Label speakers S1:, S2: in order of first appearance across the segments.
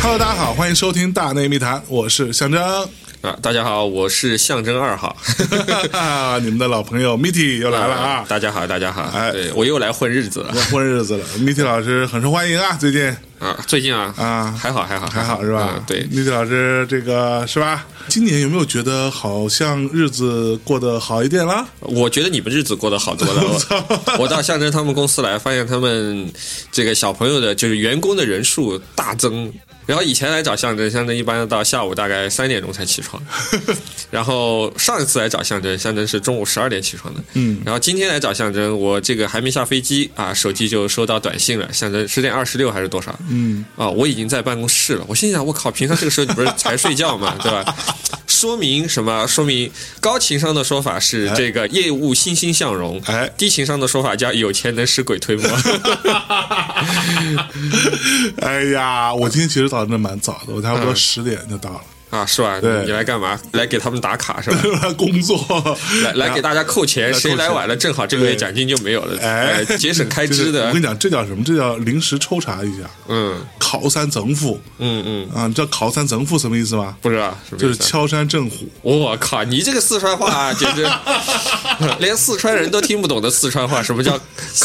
S1: Hello，大家好，欢迎收听《大内密谈》，我是象 征，
S2: 啊，大家好，我是象征二号，
S1: 你们的老朋友 Mitty 又来了啊，
S2: 大家好，大家好，
S1: 哎
S2: 对我又来混日子了
S1: 要混日子了。Mitty 老师很受欢迎啊，最近
S2: 啊，最近啊，
S1: 啊
S2: 还好，还好，
S1: 还好是吧？
S2: 嗯对，
S1: ，Mitty 老师这个是吧？今年有没有觉得好像日子过得好一点 了？
S2: 我觉得你们日子过得好多了。 我我到象征他们公司来，发现他们这个小朋友的，就是员工的人数大增。然后以前来找象征，象征一般到下午大概三点钟才起床。然后上一次来找象征，象征是中午十二点起床的。
S1: 嗯，
S2: 然后今天来找象征，我这个还没下飞机啊，手机就收到短信了，象征十点二十六还是多少？
S1: 嗯，
S2: 啊，我已经在办公室了。我心想，我靠，平常这个时候你不是才睡 觉嘛，对吧？说明什么？说明高情商的说法是这个业务欣欣向荣，
S1: 哎
S2: 低情商的说法叫有钱能使鬼 推磨。
S1: 哎呀，我今天其实到真的蛮早的，我差
S2: 嗯
S1: 不多十点就到了，
S2: 啊，是吧？
S1: 对
S2: 你来干嘛？来给他们打卡是吧？
S1: 来 工作，
S2: 来来给大家扣钱，
S1: 扣
S2: 谁来
S1: 钱
S2: 晚了，正好这个月
S1: 对
S2: 奖金就没有了，
S1: 哎
S2: 呃，节省 开支
S1: 这个我
S2: 的
S1: 跟。你讲，这叫什么？这叫临时抽查一下，
S2: 嗯
S1: 考三整副
S2: 嗯嗯，
S1: 啊！你知道考三整副什么意思吗？
S2: 不知道什么
S1: 就
S2: 意
S1: 是
S2: 思啊。
S1: 敲山震虎。
S2: 我靠，你这个四川话啊简直连四川人都听不懂的四川话，什 么叫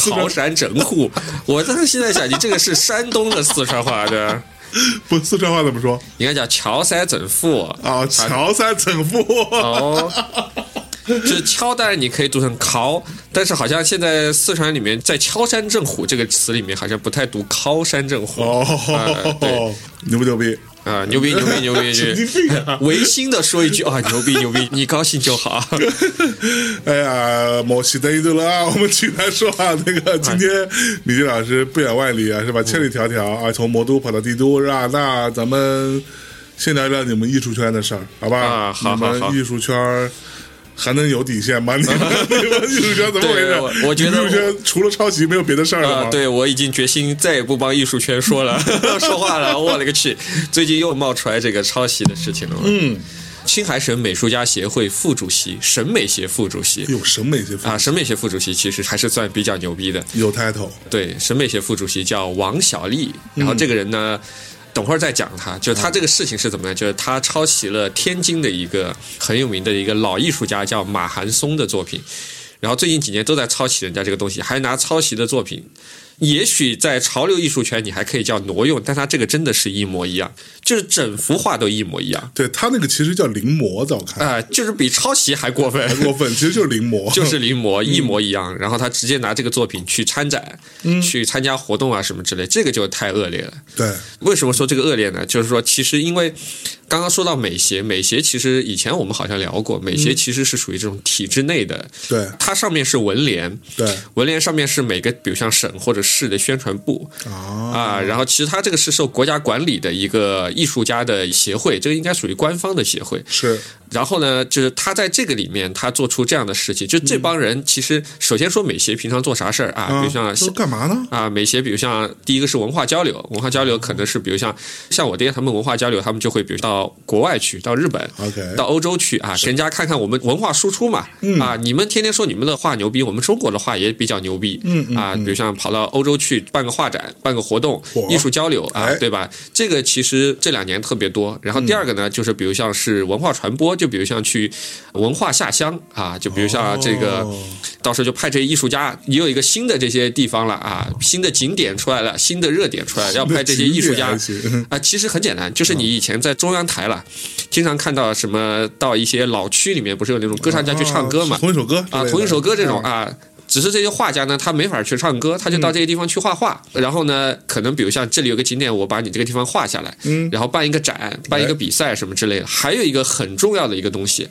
S2: 考山整虎？我当时现在想，你这个是山东的四川话的，
S1: 不，四川话怎么说？
S2: 应该叫乔山整虎
S1: 啊，乔三整副。
S2: 哦。就是敲，当然你可以读成敲，但是好像现在四川里面在“敲山震虎”这个词里面，好像不太读“敲山震虎”啊对
S1: 哦，牛不牛逼？
S2: 啊，牛逼牛逼 牛逼！
S1: 神经病啊
S2: 违心的说一句啊，牛逼牛逼，你高兴 就好。
S1: 哎呀，莫西德伊德了啊！我 们简单说啊，那
S2: 哎
S1: 个今天米季老师不远万里啊，是吧？千里迢迢
S2: 嗯
S1: 啊，从魔都跑到帝都是吧？那咱们先聊聊你们艺术圈的事儿，好吧？
S2: 啊好
S1: 你
S2: 好好
S1: 们艺术圈儿还能有底线 吗？你们你们艺术圈怎么回
S2: 对
S1: 事？
S2: 我我觉得
S1: 你们艺术圈除了抄袭没有别的事儿了
S2: 啊、
S1: 吗？
S2: 对我已经决心再也不帮艺术圈说了 说话了。我勒个去，最近又冒出来这个抄袭的事情了。嗯，青海省美术家协会副主席、审美协副主席
S1: 有审美这方
S2: 啊，审美协副主席其实还是算比较牛逼的。
S1: 有 title，
S2: 对，审美协副主席叫王小利，然后这个人呢。等会儿再讲他，就他这个事情是怎么样？就是他抄袭了天津的一个很有名的一个老艺术家叫马寒松的作品，然后最近几年都在抄袭人家这个东西，还拿抄袭的作品。也许在潮流艺术圈你还可以叫挪用，但他这个真的是一模一样，就是整幅画都一模一样
S1: 对他那个其实叫临摹，在我看。
S2: 啊、就是比抄袭还过分。
S1: 过分，其实就是临摹，
S2: 就是临摹一模一样，然后他直接拿这个作品去参展、去参加活动啊什么之类，这个就太恶劣了。
S1: 对，
S2: 为什么说这个恶劣呢？就是说，其实因为刚刚说到美协，美协其实以前我们好像聊过，美协其实是属于这种体制内的，
S1: 对
S2: 它上面是文联，
S1: 对
S2: 文联上面是每个比如像省或者市的宣传部
S1: 啊，
S2: 啊，然后其实它这个是受国家管理的一个艺术家的协会，这个应该属于官方的协会。
S1: 是
S2: 然后呢，就是他在这个里面，他做出这样的事情，就这帮人其实首先说美协平常做啥事儿啊，比如像
S1: 啊都干嘛呢？
S2: 啊，美协，比如像第一个是文化交流，文化交流可能是比如像像我爹他们文化交流，他们就会比如到国外去，到日本
S1: OK
S2: 到欧洲去啊，人家看看我们文化输出嘛，啊，你们天天说你们的画牛逼，我们中国的画也比较牛逼，嗯啊，比如像跑到欧洲去办个画展，办个活动
S1: 火，
S2: 艺术交流啊
S1: 哎，
S2: 对吧？这个其实这两年特别多。然后第二个呢，就是比如像是文化传播，就比如像去文化下乡啊，就比如像这个。
S1: 哦
S2: 到时候就派这些艺术家，也有一个新的这些地方了啊，新的景点出来了，新的热点出来了，要派这些艺术家
S1: 那景点还行
S2: 啊。其实很简单，就是你以前在中央台了，经常看到什么到一些老区里面，不是有那种歌唱家去唱歌嘛
S1: 啊？同一首歌之类
S2: 啊，
S1: 的嗯
S2: 同一首歌这种啊。只是这些画家呢，他没法去唱歌，他就到这个地方去画画。然后呢，可能比如像这里有个景点，我把你这个地方画下来，嗯，然后办一个展，办一个比赛什么之类的。还有一个很重要的一个东西，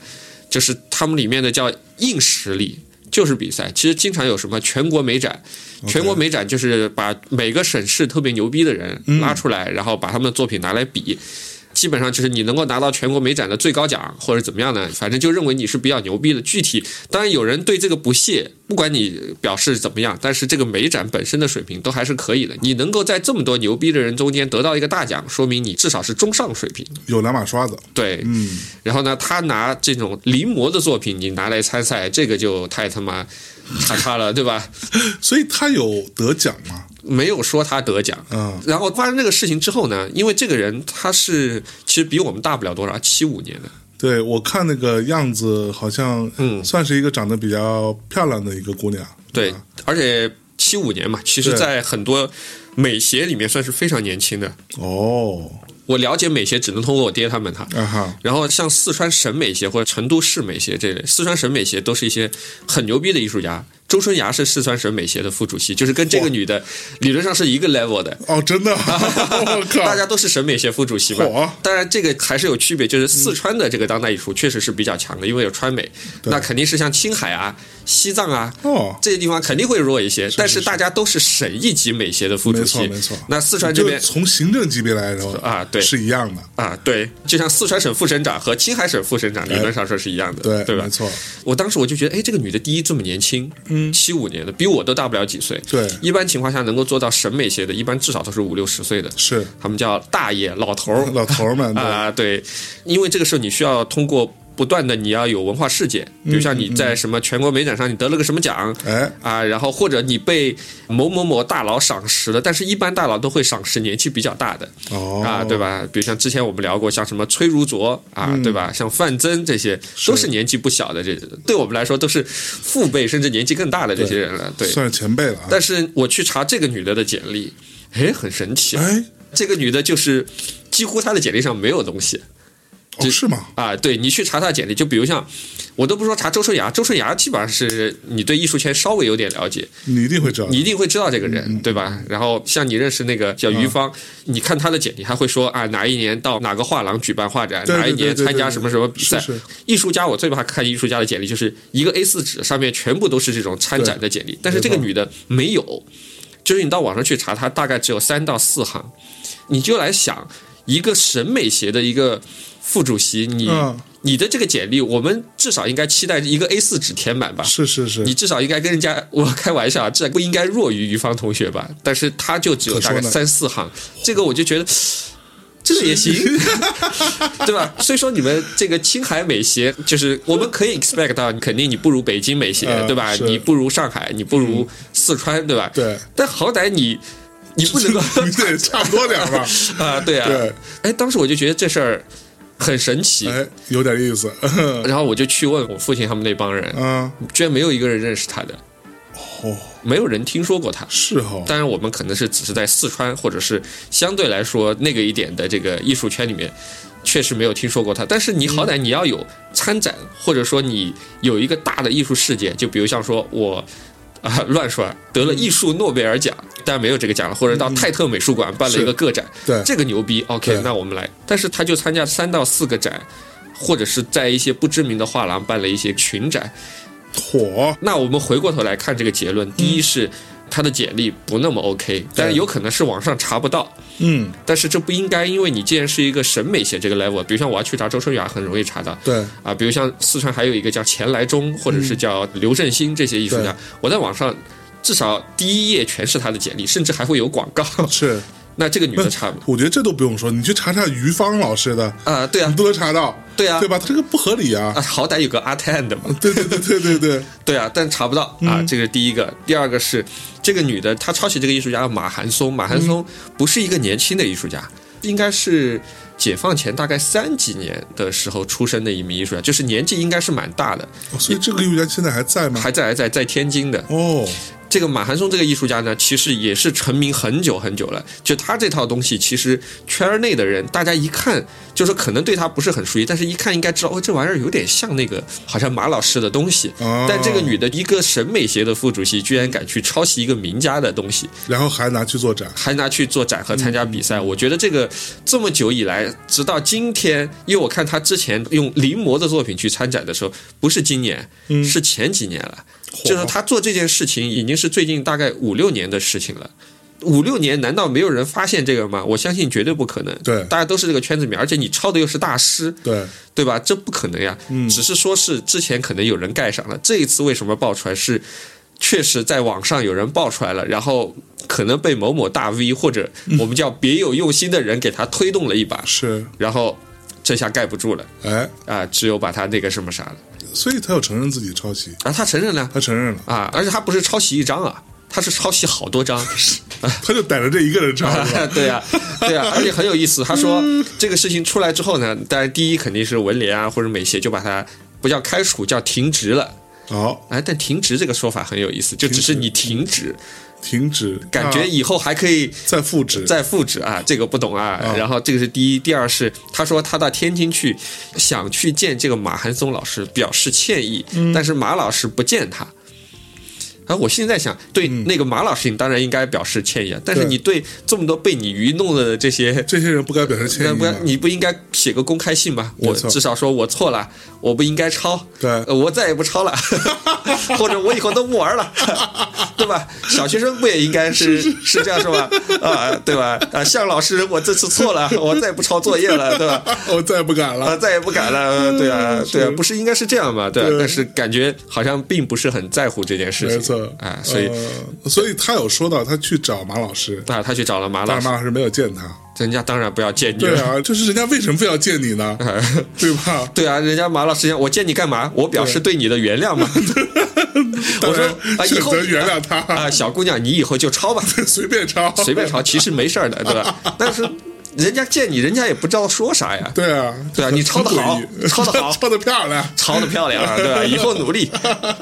S2: 就是他们里面的叫硬实力，就是比赛。其实经常有什么全国美展，全国美展就是把每个省市特别牛逼的人
S1: 嗯
S2: 拉出来，然后把他们的作品拿来比。基本上就是你能够拿到全国美展的最高奖或者怎么样呢？反正就认为你是比较牛逼的。具体当然有人对这个不屑，不管你表示怎么样，但是这个美展本身的水平都还是可以的。你能够在这么多牛逼的人中间得到一个大奖，说明你至少是中上水平。
S1: 有两把刷子，
S2: 对，
S1: 嗯，
S2: 然后呢，他拿这种临摹的作品你拿来参赛，这个就太他妈叉叉了，对吧？
S1: 所以他有得奖吗？
S2: 没有说他得奖。
S1: 嗯
S2: 然后发生这个事情之后呢，因为这个人他是其实比我们大不了多少，七五年的，
S1: 对我看那个样子，好像
S2: 嗯
S1: 算是一个长得比较漂亮的一个姑娘。
S2: 对
S1: 吧，
S2: 而且七五年嘛，其
S1: 嗯
S2: 实
S1: 对
S2: 在很多美协里面算是非常年轻的。
S1: 哦，
S2: 我了解美协只能通过我爹他们他。
S1: 啊哈，
S2: 然后像四川省美协或者成都市美协这类，四川省美协都是一些很牛逼的艺术家。周春芽是四川省美协的副主席，就是跟这个女的理论上是一个 level 的。
S1: 哦，真 的，我靠，
S2: 大家都是审美协副主席嘛
S1: 火。啊嗯
S2: 当然，这个还是有区别，就是四川的这个当代艺术确实是比较强的，因为有川美，那肯定是像青海啊、西藏啊。
S1: 哦，
S2: 这些地方肯定会弱一些，但是
S1: 是
S2: 大家都是省一级美协的副主席，
S1: 没错没错
S2: 那四川这
S1: 就
S2: 边
S1: 从行政级别来说
S2: 啊对
S1: 是一样的，
S2: 啊，对，就像四川省副省长和青海省副省长理论上说是一样的，
S1: 哎对
S2: 对吧
S1: 没？错，
S2: 我当时我就觉得，哎，这个女的第一这么年轻，嗯，七五年的，比我都大不了几岁。
S1: 对
S2: 一般情况下能够做到审美协的，一般至少都是五六十岁的，
S1: 是嗯
S2: 他们叫大爷、老头儿、
S1: 老头儿们，对
S2: 啊、对，因为这个时候你需要通过不断的你要有文化事件，比如像你
S1: 嗯
S2: 在什么全国美展上你得了个什么奖。
S1: 哎，
S2: 啊，然后或者你被某某某大佬赏识了，但是一般大佬都会赏识年纪比较大的
S1: 哦，嗯
S2: 啊，对？吧？比如像之前我们聊过，像什么崔如琢啊，对吧？像范增这些，都是年纪不小的，这对我们来说都是父辈甚至年纪更大的这些人了。对，
S1: 算是前辈了啊。
S2: 但是我去查这个女的的简历，哎，很神奇，
S1: 哎，
S2: 这个女的就是几乎她的简历上没有东西，
S1: 哦，是吗？
S2: 啊，对你去查他简历，就比如像，我都不说查周春芽，周春芽基本上是你对艺术圈稍微有点了解，
S1: 你一定会知道的
S2: 你一定会知道这个
S1: 嗯
S2: 人，对吧？然后像你认识那个叫于芳，你看他的简历还会说啊，哪一年到哪个画廊举办画展，
S1: 对对
S2: 哪一年
S1: 对对
S2: 参加
S1: 对
S2: 什么什么比赛。
S1: 是是
S2: 艺术家我最怕看艺术家的简历，就是一个 A 4纸上面全部都是这种参展的简历，但是这个
S1: 没错
S2: 女的没有，就是你到网上去查，她大概只有三到四行，你就来想一个审美协的一个副主席，你、
S1: 嗯
S2: 你的这个简历，我们至少应该期待一个 A 4纸填满吧？
S1: 是是是
S2: 你，至少应该跟人家，我开玩笑啊，这不应该弱于于芳同学吧？但是他就只有大概
S1: 可说呢
S2: 三四行，这个我就觉得。这个也行， 对吧？所以说你们这个青海美协，就是我们可以 expect 到，肯定你不如北京美协，
S1: 呃
S2: 对吧？
S1: 是嗯
S2: 你不如上海，你不如四川，对吧？
S1: 对。
S2: 但好歹 你，你不能够
S1: 你得差不多点儿吧？
S2: 啊，对 啊。
S1: 对，
S2: 哎，当时我就觉得这事儿很神奇，
S1: 哎，有点意思。
S2: 然后我就去问我父亲他们那帮人，
S1: 嗯，
S2: 居然没有一个人认识他的，
S1: 哦，
S2: 没有人听说过他。
S1: 是哦，
S2: 当然，我们可能是只是在四川，或者是相对来说那个一点的这个艺术圈里面，确实没有听说过他。但是你好歹你要有参展，或者说你有一个大的艺术事件，就比如像说我。啊，乱说啊，得了艺术诺贝尔奖，当然没有这个奖了。或者到泰特美术馆办了一个个展，
S1: 对
S2: 这个牛逼。OK，
S1: 对
S2: 那我们来。但是他就参加三到四个展，或者是在一些不知名的画廊办了一些群展，
S1: 火，
S2: 那我们回过头来看这个结论，第一是他的简历不那么 OK，但是有可能是网上查不到。
S1: 嗯，
S2: 但是这不应该，因为你既然是一个审美学这个 level，比如像我要去查周春芽，很容易查到
S1: 对，
S2: 啊。比如像四川还有一个叫钱来中，或者是叫刘振兴这些艺术家，我在网上至少第一页全是他的简历，甚至还会有广告。
S1: 是。
S2: 那这个女
S1: 不
S2: 的
S1: 是
S2: 查吗
S1: 我觉得这都不用说，你去查查于芳老师的，
S2: 啊，对啊
S1: 你，都能查到，
S2: 对啊
S1: 对，吧？他这个不合理啊
S2: 啊，！好歹有个 art end 嘛。
S1: 对对对对对对，
S2: 对啊，但查不到啊，这个是第一个。第二个是这个女的，她抄袭这个艺术家马寒松，马寒松不是一个年轻的艺术家，应该是解放前大概三几年的时候出生的一名艺术家，就是年纪应该是蛮大的，
S1: 哦所以这个艺术家现在还在吗？
S2: 还在还在在天津的。
S1: 哦，
S2: 这个马寒松这个艺术家呢，其实也是成名很久很久了。就他这套东西，其实圈儿内的人，大家一看就是可能对他不是很熟悉，但是一看应该知道，哦，这玩意儿有点像那个好像马老师的东西。
S1: 哦
S2: 但这个女的一个审美协的副主席，居然敢去抄袭一个名家的东西，
S1: 然后还拿去做展，
S2: 还拿去做展和参加比赛。我觉得这个这么久以来，直到今天，因为我看她之前用临摹的作品去参展的时候，不是今年，是前几年了。就是她做这件事情已经是最近大概五六年的事情了。五六年，难道没有人发现这个吗？我相信绝对不可能。
S1: 对
S2: 大家都是这个圈子里面，而且你抄的又是大师，
S1: 对，
S2: 对吧？这不可能呀。只是说是之前可能有人盖上了，这一次为什么爆出来是？确实，在网上有人爆出来了，然后可能被某某大 V 或者我们叫别有用心的人给他推动了一把，
S1: 是，
S2: 然后这下盖不住了
S1: 哎，
S2: 啊，只有把他那个什么啥了。啊
S1: 所以他要承认自己抄袭，
S2: 然后他承认了
S1: 他承认了，
S2: 啊，而且他不是抄袭一张啊，他是抄袭好 多张，
S1: 他就逮着这一个人抄，是吧
S2: 对呀、对呀、而且很有意思。他说这个事情出来之后呢，当然第一肯定是文联啊或者美协就把他不叫开除，叫停职了。
S1: 好，
S2: 哎，但停职这个说法很有意思，就只是你停职，嗯
S1: 停止，
S2: 感觉以后还可以
S1: 那再复制，
S2: 再复制啊，这个不懂啊。然后这个是第一，第二是他说他到天津去想去见这个马寒松老师，表示歉意，
S1: 嗯
S2: 但是马老师不见他。啊，我现在想对那个马老师，你当然应该表示歉意啊，但
S1: 嗯
S2: 是
S1: 对
S2: 你对这么多被你愚弄的这些。
S1: 这些人不该表示歉
S2: 那
S1: 意
S2: 不
S1: 吗
S2: 然，？你不应该写个公开信吗？
S1: 没
S2: 我
S1: 错
S2: 至少说我错了，我不应该抄，
S1: 对
S2: 呃我再也 不抄了，或者我以后都不玩了， 对吧？小学生不也应该是是这样说吧？啊，对吧？啊，向老师，我这次错了，我再也不抄作业了，对吧？
S1: 我再也不敢
S2: 啊，
S1: 了。
S2: 再也不敢了，对啊，对啊，不是应该是这样吗？对啊
S1: 嗯对，
S2: 但是感觉好像并不是很在乎这件事情，
S1: 没错
S2: 啊，所以
S1: 呃所以他有说到他去找马老师，
S2: 啊，他去找了马
S1: 但
S2: 老
S1: 是
S2: 师，
S1: 马老师没有见他。
S2: 人家当然不要见你
S1: 对
S2: 了。
S1: 啊，就是人家为什么非要见你 呢？对吧？
S2: 对啊，人家马老师讲，我见你干嘛？我表示对你的原谅嘛。 我说啊，以
S1: 选
S2: 后
S1: 择原谅他
S2: 啊，小姑娘，你以后就抄吧，
S1: 随便抄，
S2: 随便。抄，其实没事儿的，对吧？但是人家见你，人家也不知道说啥呀。
S1: 对啊，
S2: 对啊
S1: 很
S2: 你抄得
S1: 很诡
S2: 好
S1: 异
S2: 抄得好
S1: 抄得漂亮。
S2: 抄的漂亮啊，对吧？以后努力，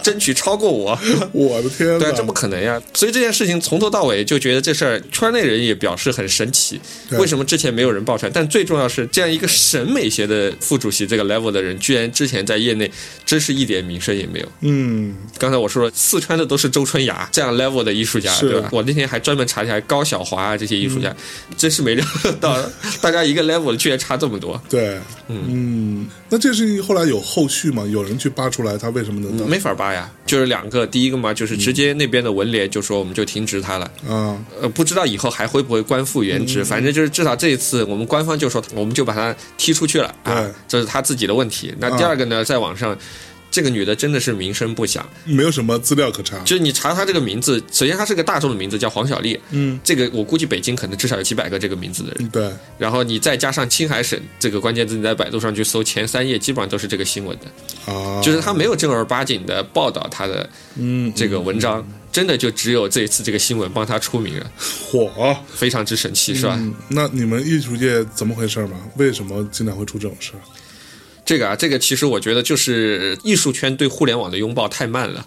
S2: 争取超 过我。
S1: 我的天
S2: 对
S1: 哪！
S2: 啊，这不可能呀！所以这件事情从头到尾就觉得这事儿，圈内人也表示很神奇，
S1: 对
S2: 为什么之前没有人爆出来？但最重要是，这样一个审美协的副主席这个 level 的人，居然之前在业内真是一点名声也没有。
S1: 嗯，
S2: 刚才我说了，四川的都是周春芽这样 level 的艺术家，
S1: 是
S2: 对吧？我那天还专门查起来高晓华啊这些艺术家，
S1: 嗯
S2: 真是没料到， 大家一个 level 居然差这么多，
S1: 对，嗯，那这事情后来有后续吗？有人去扒出来他为什么能当
S2: 没法扒呀。就是两个，第一个嘛，就是直接那边的文联就说我们就停职他了，
S1: 啊？
S2: 呃，不知道以后还会不会官复原
S1: 嗯
S2: 职，反正就是至少这一次我们官方就说我们就把他踢出去了啊
S1: 对，啊
S2: 这是他自己的问题。那第二个呢，在网上。这个女的真的是名声不响，
S1: 没有什么资料可查。
S2: 就是你查她这个名字，首先她是个大众的名字，叫黄小丽，
S1: 嗯，
S2: 这个我估计北京可能至少有几百个这个名字的人，
S1: 对，
S2: 然后你再加上青海省这个关键字，你在百度上去搜前三页，基本上都是这个新闻的，
S1: 啊，
S2: 就是他没有正儿八经的报道他的
S1: 嗯，
S2: 这个文章，真的就只有这一次这个新闻帮他出名了，
S1: 火。
S2: 非常之神奇，是吧？
S1: 嗯，那你们艺术界怎么回事嘛？为什么经常会出这种事？
S2: 这个啊，这个其实我觉得就是艺术圈对互联网的拥抱太慢了，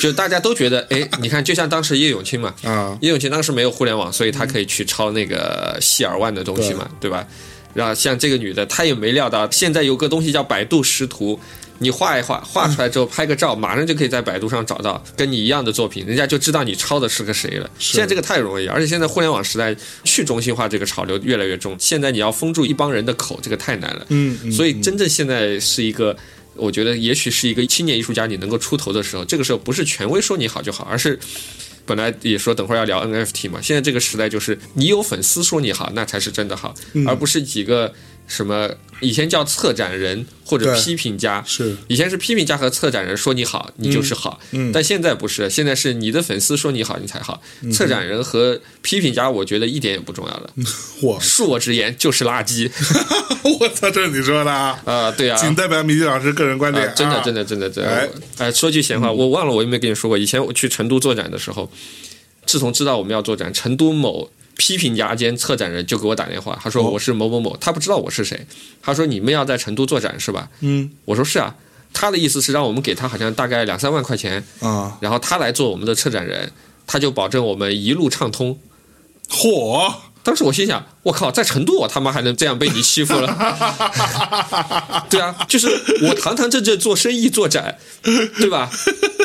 S2: 就大家都觉得，哎，你看，就像当时叶永青嘛，
S1: 啊，
S2: 叶永青当时没有互联网，所以他可以去抄那个希尔万的东西嘛，对吧？然后像这个女的，她也没料到现在有个东西叫百度识图，你画一画，画出来之后拍个照，马上就可以在百度上找到跟你一样的作品，人家就知道你抄的是个谁了。
S1: 是
S2: 现在这个太容易，而且现在互联网时代去中心化这个潮流越来越重，现在你要封住一帮人的口，这个太难了。
S1: 嗯，嗯
S2: 所以真正现在是一个，我觉得也许是一个青年艺术家你能够出头的时候，这个时候不是权威说你好就好，而是。本来也说等会儿要聊 NFT 嘛，现在这个时代就是你有粉丝说你好，那才是真的好，
S1: 嗯
S2: 而不是几个什么以前叫策展人或者
S1: 对
S2: 批评家，
S1: 是
S2: 以前是批评家和策展人说你好，你就是好，
S1: 嗯
S2: 但现在不是，现在是你的粉丝说你好，你才好。策展人和批评家，我觉得一点也不重要了，
S1: 嗯我
S2: 恕我直言，就是垃圾
S1: 我操，这是你说的啊？
S2: 啊、对啊，
S1: 仅代表米奇老师个人观点
S2: 啊，
S1: 啊，
S2: 真的，真的，真的，真
S1: 哎嗯
S2: 的。哎，说句闲话，我忘了我有没有跟你说过，以前我去成都做展的时候，自从知道我们要做展，成都某批评家兼策展人就给我打电话，他说
S1: 哦
S2: 我是某某某，他不知道我是谁，他说你们要在成都做展是吧？
S1: 嗯
S2: 我说是啊，他的意思是让我们给他好像大概两三万块钱，
S1: 啊，
S2: 然后他来做我们的策展人，他就保证我们一路畅通。
S1: 火。
S2: 当时我心想，我靠，在成都我他妈还能这样被你欺负了？对啊，就是我堂堂正正做生意做展，对吧？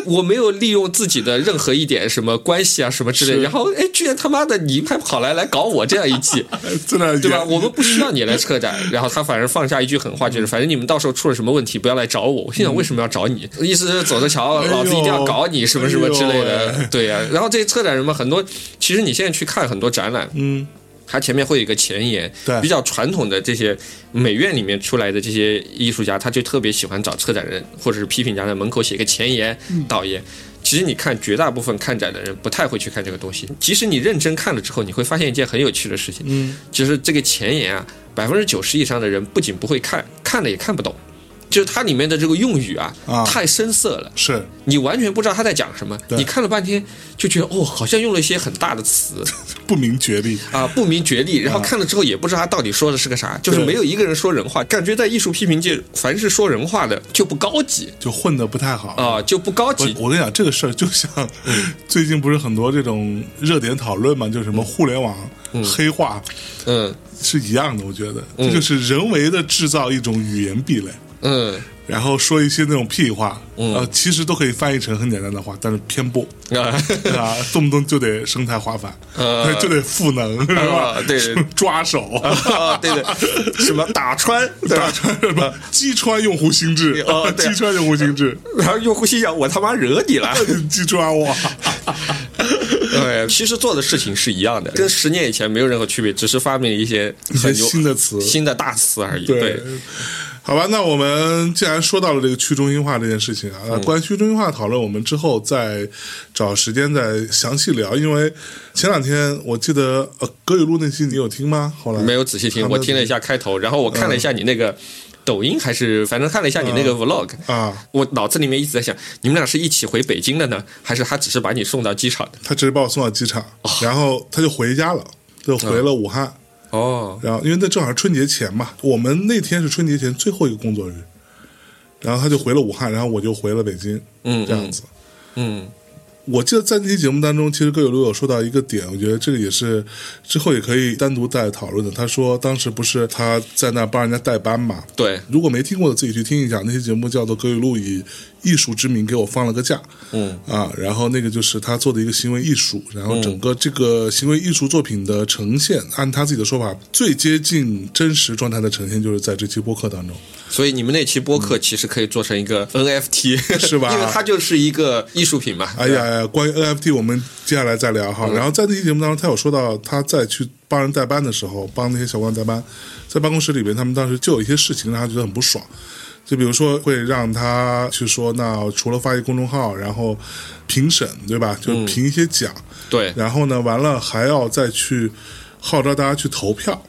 S2: 我没有利用自己的任何一点什么关系啊什么之类，
S1: 是
S2: 然后哎，居然他妈的你还跑来来搞我这样一记，
S1: 真的
S2: 对吧？我们不需要你来策展，然后他反而放下一句狠话，就是反正你们到时候出了什么问题，不要来找我。我心想，为什么要找你？意思是走着瞧，
S1: 哎嗯呦
S2: 老子一定要搞你什么什么之类的
S1: 哎呦喂。
S2: 对呀、然后这些策展人嘛，很多其实你现在去看很多展览，
S1: 嗯，
S2: 它前面会有一个前言，
S1: 对
S2: 比较传统的这些美院里面出来的这些艺术家，他就特别喜欢找策展人或者是批评家在门口写个前言、
S1: 嗯
S2: 导言。其实你看，绝大部分看展的人不太会去看这个东西。即使你认真看了之后，你会发现一件很有趣的事情，
S1: 嗯，
S2: 就是这个前言啊，百分之九十以上的人不仅不会看，看了也看不懂。就是它里面的这个用语啊，
S1: 啊
S2: 太生涩了，
S1: 是
S2: 你完全不知道他在讲什么。
S1: 对
S2: 你看了半天就觉得哦，好像用了一些很大 的词
S1: 不明觉厉，
S2: 啊，不明觉厉。然后看了之后也不知道他到底说的是个啥，就是
S1: 对
S2: 没有一个人说人话。感觉在艺术批评界，凡是说人话的就不高级
S1: 就混的不太好。
S2: 啊，就不高
S1: 我
S2: 级。
S1: 我跟你讲，这个事儿就像
S2: 嗯
S1: 最近不是很多这种热点讨论嘛，就是什么互联网黑化
S2: 嗯
S1: 是一样的。我觉得这就是人为的制造一种语言壁垒，
S2: 嗯
S1: 然后说一些那种屁话，呃，其实都可以翻译成很简单的话，但是偏不。
S2: 啊。
S1: 啊，动不动就得生态化反，
S2: 呃啊
S1: 就得赋 能，是吧？
S2: 对
S1: 什么 抓手，
S2: 啊，对对，什么打穿，对吧
S1: 打？穿 什么击穿用户心智
S2: 哦，对啊
S1: 击穿用户心智，
S2: 然后用户心想：我他妈惹你了。
S1: 击穿我，
S2: 对，其实做的事情是一样的，跟十年以前没有任何区别，只是发明了一些
S1: 一些
S2: 很牛
S1: 新的词
S2: 新的大词而已。
S1: 对
S2: 对，。
S1: 好吧，那我们既然说到了这个去中心化这件事情啊，那
S2: 嗯
S1: 关于去中心化的讨论，我们之后再找时间再详细聊。因为前两天我记得呃，葛雨露那期你有听吗？后来
S2: 没有仔细听，
S1: 他
S2: 我
S1: 们
S2: 听了一下开头，然后我看了一下你那个抖音，还是反正看了一下你那个 vlog。
S1: 啊，
S2: 我脑子里面一直在想，你们俩是一起回北京的呢，还是他只是把你送到机场的？
S1: 他直接把我送到机场，然后他就回家了，就回
S2: 嗯
S1: 了武汉。
S2: 哦，
S1: 然后因为那正好是春节前嘛，我们那天是春节前最后一个工作日，然后他就回了武汉，然后我就回了北京，
S2: 嗯
S1: 这样子。
S2: 嗯，
S1: 我记得在那期节目当中，其实各有路有说到一个点，我觉得这个也是之后也可以单独再讨论的。他说当时不是他在那帮人家代班嘛，
S2: 对，
S1: 如果没听过的自己去听一下，那期节目叫做《葛雨露以艺术之名给我放了个假》。
S2: 嗯
S1: 啊，然后那个就是他做的一个行为艺术，然后整个这个行为艺术作品的呈现，按他自己的说法，最接近真实状态的呈现就是在这期播客当中。
S2: 所以你们那期播客其实可以做成一个 NFT，
S1: 嗯是吧
S2: 因为它就是一个艺术品嘛。
S1: 哎
S2: 对吧，
S1: 呀，关于 NFT 我们接下来再聊哈。然后在那期节目当中，他有说到他在去帮人代班的时候，帮那些小姑娘代班，在办公室里面，他们当时就有一些事情让他觉得很不爽。就比如说，会让他去说，那除了发一公众号，然后评审，对吧？就评一些奖，
S2: 对，
S1: 然后呢，完了还要再去号召大家去投票，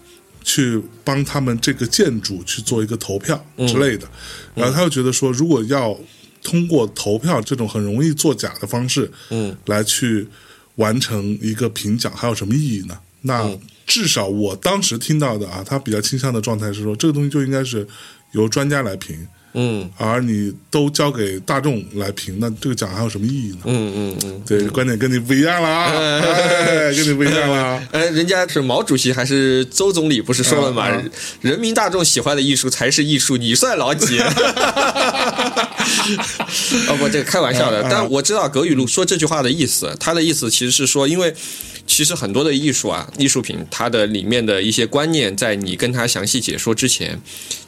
S1: 去帮他们这个建筑去做一个投票
S2: 嗯
S1: 之类的。然后他又觉得说，如果要通过投票这种很容易作假的方式，
S2: 嗯，
S1: 来去完成一个评奖，还有什么意义呢？那
S2: 嗯
S1: 至少我当时听到的啊，他比较倾向的状态是说，这个东西就应该是由专家来评，
S2: 嗯
S1: 而你都交给大众来评，那这个奖还有什么意义呢？
S2: 嗯嗯嗯。
S1: 对，观点跟你不一样了啊， 哎，跟你不一样了啊。
S2: 呃，人家是毛主席还是周总理不是说了吗？
S1: 嗯
S2: 人民大众喜欢的艺术才是艺术，你算老几？啊 哦不，这个开玩笑
S1: 嗯
S2: 的。但我知道葛雨露说这句话的意思，他的意思其实是说，因为其实很多的艺术啊，艺术品它的里面的一些观念，在你跟他详细解说之前，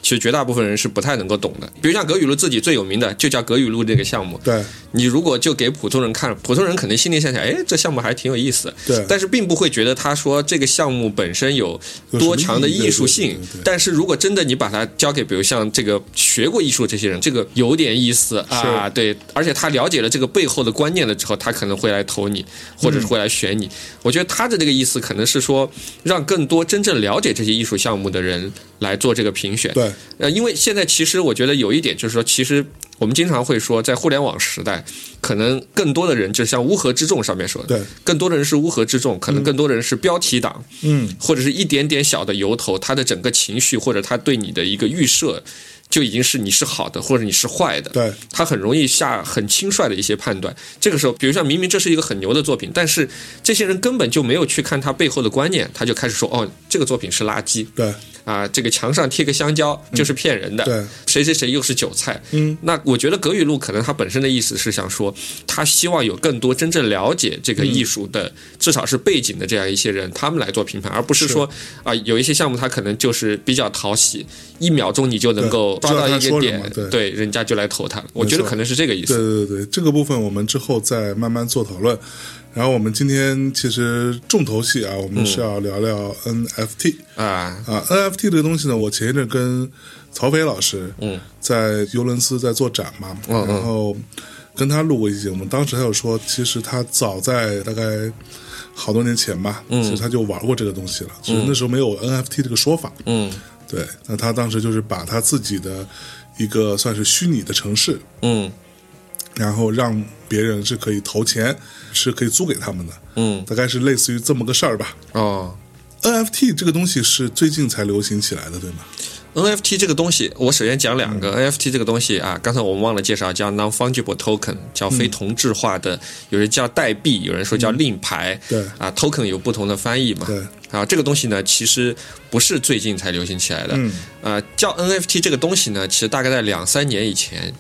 S2: 其实绝大部分人是不太能够懂的。比如像葛雨露自己最有名的，就叫葛雨露这个项目，
S1: 对，
S2: 你如果就给普通人看，普通人肯定心里想想，哎，这项目还挺有意思，
S1: 对
S2: 但是并不会觉得他说这个项目本身有多强的艺术性
S1: 有什么意义对对对对。
S2: 但是如果真的你把它交给，比如像这个学过艺术这些人，这个有点意思啊，对，而且他了解了这个背后的观念了之后，他可能会来投你，或
S1: 嗯
S2: 者是会来选你。我觉得他的这个意思可能是说，让更多真正了解这些艺术项目的人来做这个评选。
S1: 对，
S2: 呃，因为现在其实我觉得有一点就是说，其实我们经常会说，在互联网时代，可能更多的人就像乌合之众上面说的，
S1: 对，
S2: 更多的人是乌合之众，可能更多的人是标题党，
S1: 嗯，
S2: 或者是一点点小的由头，他的整个情绪或者他对你的一个预设，就已经是你是好的或者你是坏的，
S1: 对，
S2: 他很容易下很轻率的一些判断。这个时候，比如像明明这是一个很牛的作品，但是这些人根本就没有去看他背后的观念，他就开始说哦，这个作品是垃圾，
S1: 对，
S2: 啊，这个墙上贴个香蕉就是骗人的，
S1: 嗯对
S2: 谁谁谁又是韭菜。
S1: 嗯，
S2: 那我觉得葛雨露可能他本身的意思是想说，他希望有更多真正了解这个艺术的，至少是背景的这样一些人，他们来做评判，而不是说啊、有一些项目他可能就是比较讨喜，一秒钟你就能够
S1: 对
S2: 抓到一
S1: 知
S2: 个
S1: 道他说什
S2: 点
S1: 么，对
S2: 对人家就来投他了。我觉
S1: 没
S2: 得
S1: 错
S2: 可能是这个意
S1: 对
S2: 思。
S1: 对对，这个部分我们之后再慢慢做讨论。然后我们今天其实重头戏啊，我们是要聊聊 NFT、
S2: 啊，
S1: 啊，NFT 这个东西呢，我前一阵跟曹飞老师，
S2: 嗯，
S1: 在尤伦斯在做展嘛，
S2: 嗯嗯
S1: 然后跟他录过一期节目，当时他有说，其实他早在大概好多年前吧，
S2: 嗯
S1: 其实他就玩过这个东西了，只是那时候没有 NFT 这个说法，
S2: 嗯
S1: 对，那他当时就是把他自己的一个算是虚拟的城市，
S2: 嗯
S1: 然后让别人是可以投钱，是可以租给他们的，
S2: 嗯
S1: 大概是类似于这么个事儿吧。
S2: 哦
S1: NFT 这个东西是最近才流行起来的，对吗？
S2: ，NFT 这个东西，我首先讲两
S1: 嗯
S2: 个、NFT 这个东西啊，刚才我们忘了介绍，叫 non-fungible token，叫
S1: 嗯
S2: 非同质化的，有人叫代币，有人说叫令牌，
S1: 对
S2: 啊，token 有不同的翻译嘛，
S1: 对，
S2: 啊，这个东西呢，其实不是最近才流行起来的。
S1: 嗯，
S2: 呃，叫 NFT 这个东西呢，其实大概在两三年以前，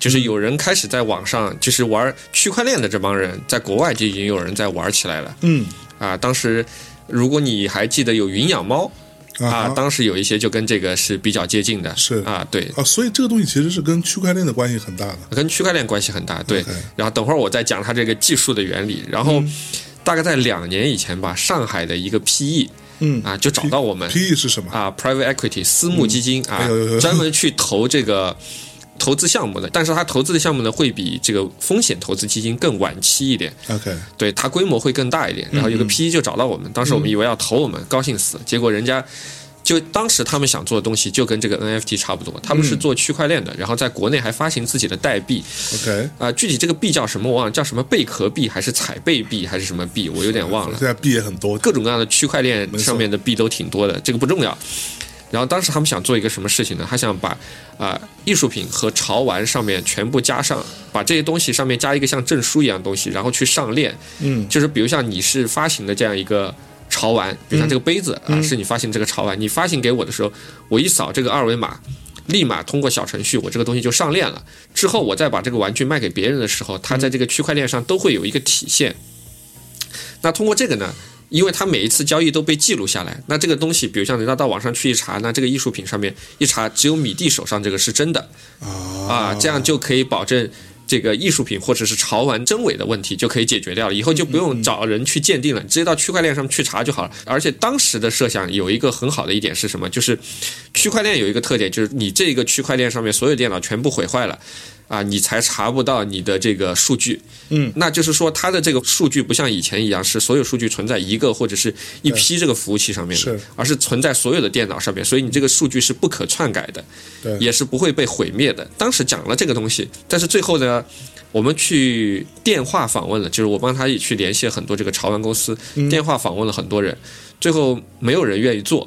S2: 就是
S1: 嗯
S2: 有人开始在网上，就是玩区块链的这帮人，在国外就已经有人在玩起来了。
S1: 嗯
S2: 啊，当时如果你还记得有云养猫啊，
S1: 哈
S2: 当时有一些就跟这个是比较接近的。
S1: 是
S2: 啊，对，
S1: 啊，所以这个东西其实是跟区块链的关系很大的。
S2: 跟区块链关系很大。对
S1: OK 嗯
S2: 然后等会儿我再讲它这个技术的原理。然后大概在两年以前吧，上海的一个 PE
S1: 嗯
S2: 啊就找到我们。
S1: ，PE E 是什么？
S2: 啊，private equity 私募基金、啊，
S1: 哎呦呦呦
S2: 专门去投这个投资项目的，但是它投资的项目呢，会比这个风险投资基金更晚期一点，
S1: OK，
S2: 对它规模会更大一点。然后有个 PE 就找到我们，当时我们以为要投我们，高兴死了，结果人家。就当时他们想做的东西就跟这个 NFT 差不多，他们是做区块链的，然后在国内还发行自己的代币，
S1: OK，
S2: 啊、具体这个币叫什么我忘了，叫什么贝壳币还是彩贝币还是什么币，我有点忘了
S1: 现。在 B 也很多，
S2: 各种各样的区块链上面的币都挺多的，这个不重要。然后当时他们想做一个什么事情呢？他想把啊、呃艺术品和潮玩上面全部加上，把这些东西上面加一个像证书一样的东西，然后去上链。
S1: 嗯
S2: 就是比如像你是发行的这样一个潮玩，比如像这个杯子、啊，是你发行这个潮玩，你发行给我的时候，我一扫这个二维码，立马通过小程序，我这个东西就上链了。之后我再把这个玩具卖给别人的时候，它在这个区块链上都会有一个体现。那通过这个呢？因为它每一次交易都被记录下来，那这个东西，比如像人家到网上去一查，那这个艺术品上面一查，只有米蒂手上这个是真的，啊，
S1: 啊
S2: 这样就可以保证这个艺术品或者是潮玩真伪的问题就可以解决掉了，以后就不用找人去鉴定了，直接到区块链上去查就好了。而且当时的设想有一个很好的一点是什么？就是区块链有一个特点，就是你这个区块链上面所有电脑全部毁坏了。啊，你才查不到你的这个数据，
S1: 嗯，
S2: 那就是说它的这个数据不像以前一样是所有数据存在一个或者是一批这个服务器上面的
S1: 是，
S2: 而是存在所有的电脑上面，所以你这个数据是不可篡改的。
S1: 对
S2: 也是不会被毁灭的。当时讲了这个东西，但是最后呢，我们去电话访问了，就是我帮他也去联系了很多这个潮玩公司，
S1: 嗯
S2: 电话访问了很多人，最后没有人愿意做，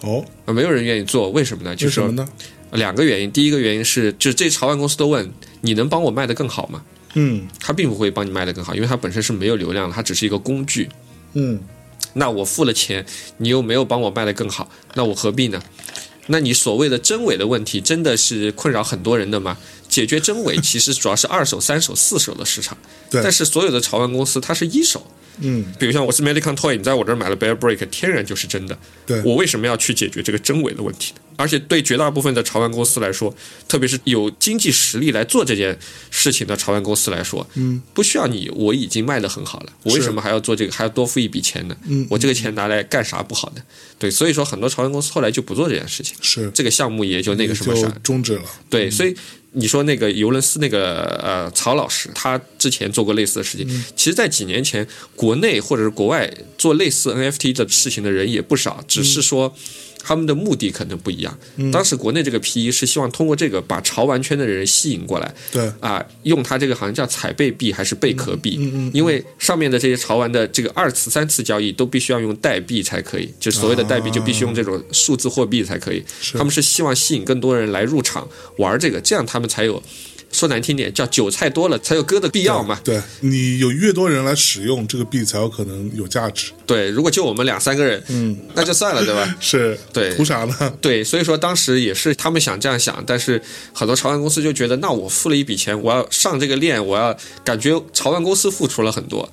S1: 哦，
S2: 呃没有人愿意做，为什么呢？就
S1: 为
S2: 是
S1: 什么
S2: 说
S1: 呢？
S2: 两个原因，第一个原因是，就是这些潮玩公司都问你能帮我卖得更好吗？
S1: 嗯
S2: 他并不会帮你卖得更好，因为它本身是没有流量的，它只是一个工具。
S1: 嗯
S2: 那我付了钱，你又没有帮我卖得更好，那我何必呢？那你所谓的真伪的问题，真的是困扰很多人的吗？解决真伪其实主要是二手、三手、四手的市场，
S1: 对
S2: 但是所有的潮玩公司它是一手，
S1: 嗯，
S2: 比如像我是 Medicon Toy，你在我这儿买了 Bear Break，天然就是真的。
S1: 对
S2: 我为什么要去解决这个真伪的问题呢？而且对绝大部分的潮玩公司来说，特别是有经济实力来做这件事情的潮玩公司来说，嗯，不需要你，我已经卖得很好了，我为什么还要做这个，还要多付一笔钱呢？嗯，我这个钱拿来干啥不好呢？对，所以说很多潮玩公司后来就不做这件事情，
S1: 是
S2: 这个项目也就那个什么啥
S1: 就，终止了。
S2: 对，所以你说那个尤伦斯那个呃曹老师，他之前做过类似的事情。其实，在几年前，国内或者是国外做类似 NFT 的事情的人也不少，只是说他们的目的可能不一样。当时国内这个 PE 是希望通过这个把潮玩圈的人吸引过来，
S1: 对，
S2: 啊，用它这个好像叫彩贝币还是贝壳币，因为上面的这些潮玩的这个二次、三次交易都必须要用代币才可以，就所谓的代币就必须用这种数字货币才可以。他啊们是希望吸引更多人来入场玩这个，这样他们才有说难听点叫韭菜多了才有割的必要嘛。
S1: 对你有越多人来使用这个币，才有可能有价值。
S2: 对，如果就我们两三个人，嗯，那就算了，对 吧？
S1: 是，
S2: 对
S1: 图啥呢？
S2: 对，所以说当时也是他们想这样想，但是很多潮玩公司就觉得，那我付了一笔钱，我要上这个链，我要感觉潮玩公司付出了很多，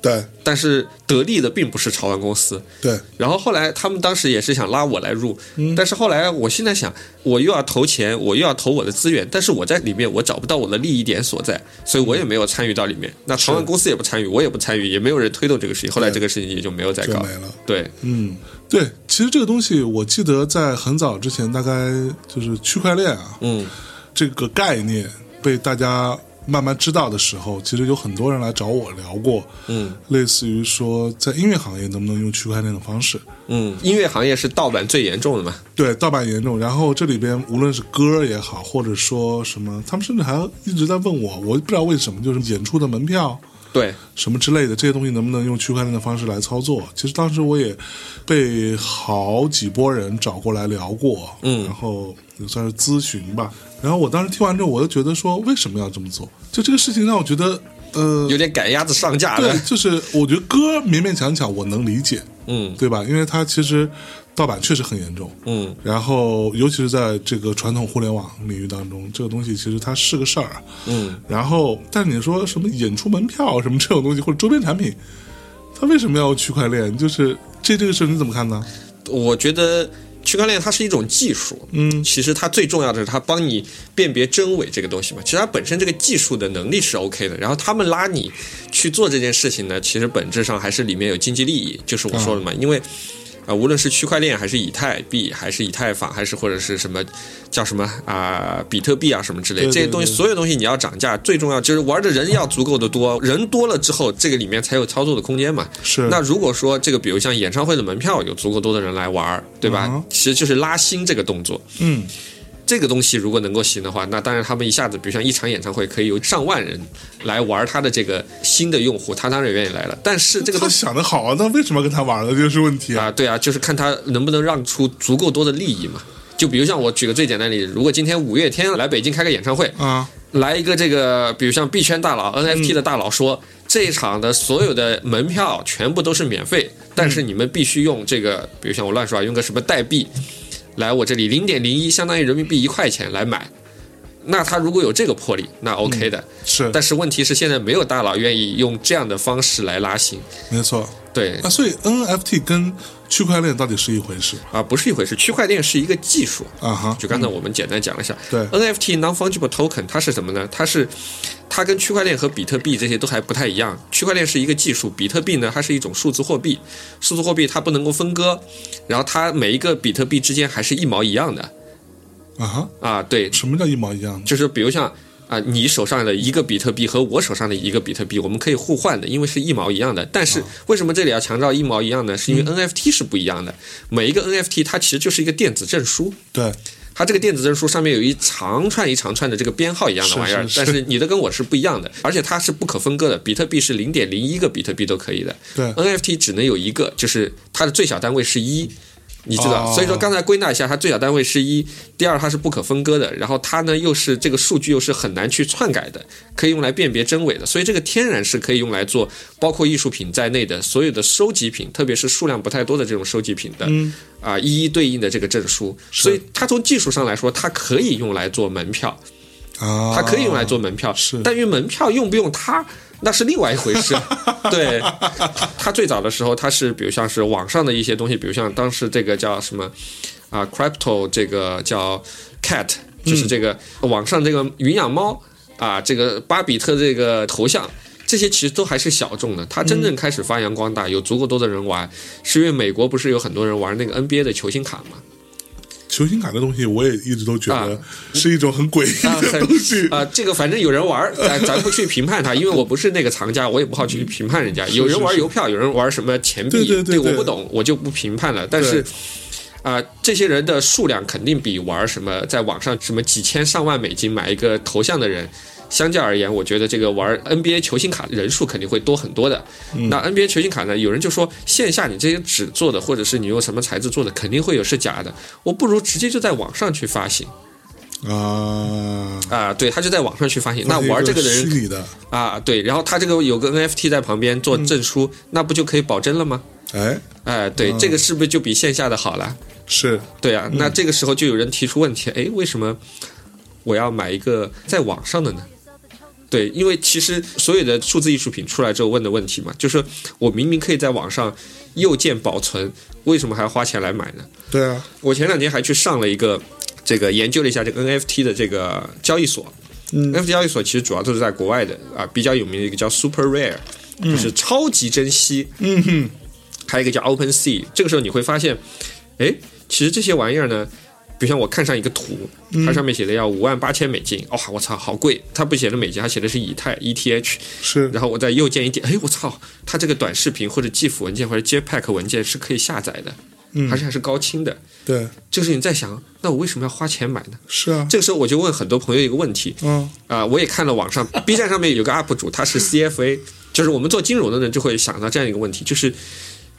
S1: 对
S2: 但是得利的并不是潮玩公司。
S1: 对，
S2: 然后后来他们当时也是想拉我来入，
S1: 嗯
S2: 但是后来我现在想，我又要投钱，我又要投我的资源，但是我在里面我找不到我的利益点所在，所以我也没有参与到里
S1: 嗯
S2: 面。那潮玩公司也不参与，我也不参与，也没有人推动这个事情。后来这个事情也就没有再
S1: 就
S2: 搞
S1: 没。了。
S2: 对，
S1: 嗯，对，其实这个东西我记得在很早之前，大概就是区块链啊，
S2: 嗯
S1: 这个概念被大家慢慢知道的时候，其实有很多人来找我聊过，
S2: 嗯
S1: 类似于说在音乐行业能不能用区块链的方式，
S2: 嗯，音乐行业是盗版最严重的嘛？
S1: 对，盗版严重。然后这里边无论是歌也好，或者说什么，他们甚至还一直在问我，我不知道为什么，就是演出的门票
S2: 对，
S1: 什么之类的这些东西能不能用区块链的方式来操作？其实当时我也被好几波人找过来聊过，
S2: 嗯
S1: 然后也算是咨询吧。然后我当时听完之后，我就觉得说，为什么要这么做？就这个事情让我觉得，呃
S2: 有，点赶鸭子上架的
S1: 对，，就是我觉得歌勉勉强强我能理解，
S2: 嗯
S1: 对吧？因为它其实盗版确实很严重，
S2: 嗯
S1: 然后，尤其是在这个传统互联网领域当中，这个东西其实它是个事儿啊。
S2: 嗯，
S1: 然后，但是你说什么演出门票什么这种东西，或者周边产品，它为什么要区块链？就是这这个事儿你怎么看呢？
S2: 我觉得区块链它是一种技术，
S1: 嗯
S2: 其实它最重要的是它帮你辨别真伪这个东西嘛。其实它本身这个技术的能力是 OK 的，然后他们拉你去做这件事情呢，其实本质上还是里面有经济利益，就是我说了
S1: 嗯
S2: 嘛，因为。啊，无论是区块链还是以太币，还是以太坊，还是或者是什么叫什么啊、比特币啊什么之类，
S1: 对对
S2: 这些东西，
S1: 对
S2: 所有东西你要涨价，最重要就是玩的人要足够的多，人多了之后，这个里面才有操作的空间嘛。
S1: 是
S2: 那如果说这个，比如像演唱会的门票有足够多的人来玩儿，对吧？
S1: 嗯
S2: 其实就是拉新这个动作。
S1: 嗯，
S2: 这个东西如果能够行的话，那当然他们一下子，比如像一场演唱会可以有上万人来玩他的这个新的用户，他当然愿意来了。但是这个
S1: 他
S2: 东西
S1: 想的好啊，那为什么要跟他玩呢？这就是问题啊。
S2: 啊，对啊，就是看他能不能让出足够多的利益嘛。就比如像我举个最简单的例子，如果今天五月天来北京开个演唱会，
S1: 啊，
S2: 来一个这个，比如像币圈大佬、NFT 的大佬说，这一场的所有的门票全部都是免费，但是你们必须用这个，比如像我乱说啊，用个什么代币来我这里零点零一，相当于人民币一块钱来买。那他如果有这个魄力，那 OK 的。
S1: 是
S2: 但是问题是，现在没有大佬愿意用这样的方式来拉新，
S1: 没错。
S2: 对
S1: 那所以 NFT 跟区块链到底是一回事吗
S2: 啊，不是一回事。区块链是一个技术，
S1: 啊哈？
S2: 就刚才我们简单讲了一下，
S1: 对
S2: NFT non fungible token 它是什么呢？它是它跟区块链和比特币这些都还不太一样。区块链是一个技术，比特币呢它是一种数字货币，数字货币它不能够分割，然后它每一个比特币之间还是一毛一样的
S1: 啊哈，
S2: 啊，对，
S1: 什么叫一毛一样的？
S2: 就是比如像。啊，你手上的一个比特币和我手上的一个比特币，我们可以互换的，因为是一毛一样的。但是为什么这里要强调一毛一样呢？是因为 NFT 是不一样的，每一个 NFT 它其实就是一个电子证书，
S1: 对，
S2: 它这个电子证书上面有一长串一长串的这个编号一样的玩意儿，
S1: 是是
S2: 但
S1: 是
S2: 是你的跟我是不 一样的，而且它是不可分割的。比特币是零点零一个比特币都可以的，
S1: 对
S2: NFT 只能有一个，就是它的最小单位是一。你知道，
S1: 哦
S2: 所以说刚才归纳一下，它最小单位是一，第二它是不可分割的，然后它呢又是这个数据又是很难去篡改的，可以用来辨别真伪的，所以这个天然是可以用来做包括艺术品在内的所有的收集品，特别是数量不太多的这种收集品的
S1: 嗯
S2: 啊、一一对应的这个证书，所以它从技术上来说，它可以用来做门票，
S1: 啊，
S2: 它可以用来做门票，
S1: 是
S2: 但于门票用不用它，那是另外一回事。对，它最早的时候，它是比如像是网上的一些东西，比如像当时这个叫什么啊、c r y p t o 这个叫 Cat，就是这个网上这个云养猫啊，这个巴比特这个头像。这些其实都还是小众的，它真正开始发扬光大，有足够多的人玩，是因为美国不是有很多人玩那个 NBA 的球星卡嘛？
S1: 球星卡这东西，我也一直都觉得
S2: 啊
S1: 是一种很诡
S2: 啊，
S1: 异的
S2: 很
S1: 东西
S2: 啊、这个反正有人玩儿，咱咱不去评判他，因为我不是那个藏家，我也不好去评判人家。有人玩邮票，有人玩什么钱币，
S1: 对对对对
S2: 我不懂，我就不评判了。但是。啊、这些人的数量肯定比玩什么在网上什么几千上万美金买一个头像的人，相较而言，我觉得这个玩 NBA 球星卡人数肯定会多很多的。
S1: 嗯
S2: 那 NBA 球星卡呢，有人就说线下你这些纸做的，或者是你用什么材质做的，肯定会有是假的。我不如直接就在网上去发行。
S1: 啊。
S2: 啊，对，他就在网上去发行。那玩这个的
S1: 虚
S2: 人
S1: 拟的，
S2: 啊，对，然后他这个有个 NFT 在旁边做证书，那不就可以保真了吗？
S1: 哎，
S2: 哎、对，这个是不是就比线下的好了？
S1: 是
S2: 对啊，那这个时候就有人提出问题，哎，为什么我要买一个在网上的呢？对，因为其实所有的数字艺术品出来之后问的问题嘛，就是我明明可以在网上右键保存，为什么还要花钱来买呢？
S1: 对啊，
S2: 我前两天还去上了一个这个研究了一下这个 NFT 的这个交易所。
S1: 嗯
S2: NFT 交易所其实主要都是在国外的啊，比较有名的一个叫 Super Rare，就是超级珍稀，
S1: 嗯哼，
S2: 还有一个叫 Open Sea。这个时候你会发现，哎，其实这些玩意儿呢，比如像我看上一个图，
S1: 嗯
S2: 它上面写的要五万八千美金，哇、我操，好贵！它不写的美金，它写的是以太 ETH。
S1: 是
S2: 然后我在右键一点，哎，我操，它这个短视频或者 GIF 文件或者 JPEG 文件是可以下载的，
S1: 嗯
S2: 而且还是高清的。
S1: 对，
S2: 这个时候你在想，那我为什么要花钱买呢？
S1: 是啊，
S2: 这个时候我就问很多朋友一个问题
S1: 嗯
S2: 啊、我也看了网上 B 站上面有个 UP 主，他是 CFA，就是我们做金融的人就会想到这样一个问题，就是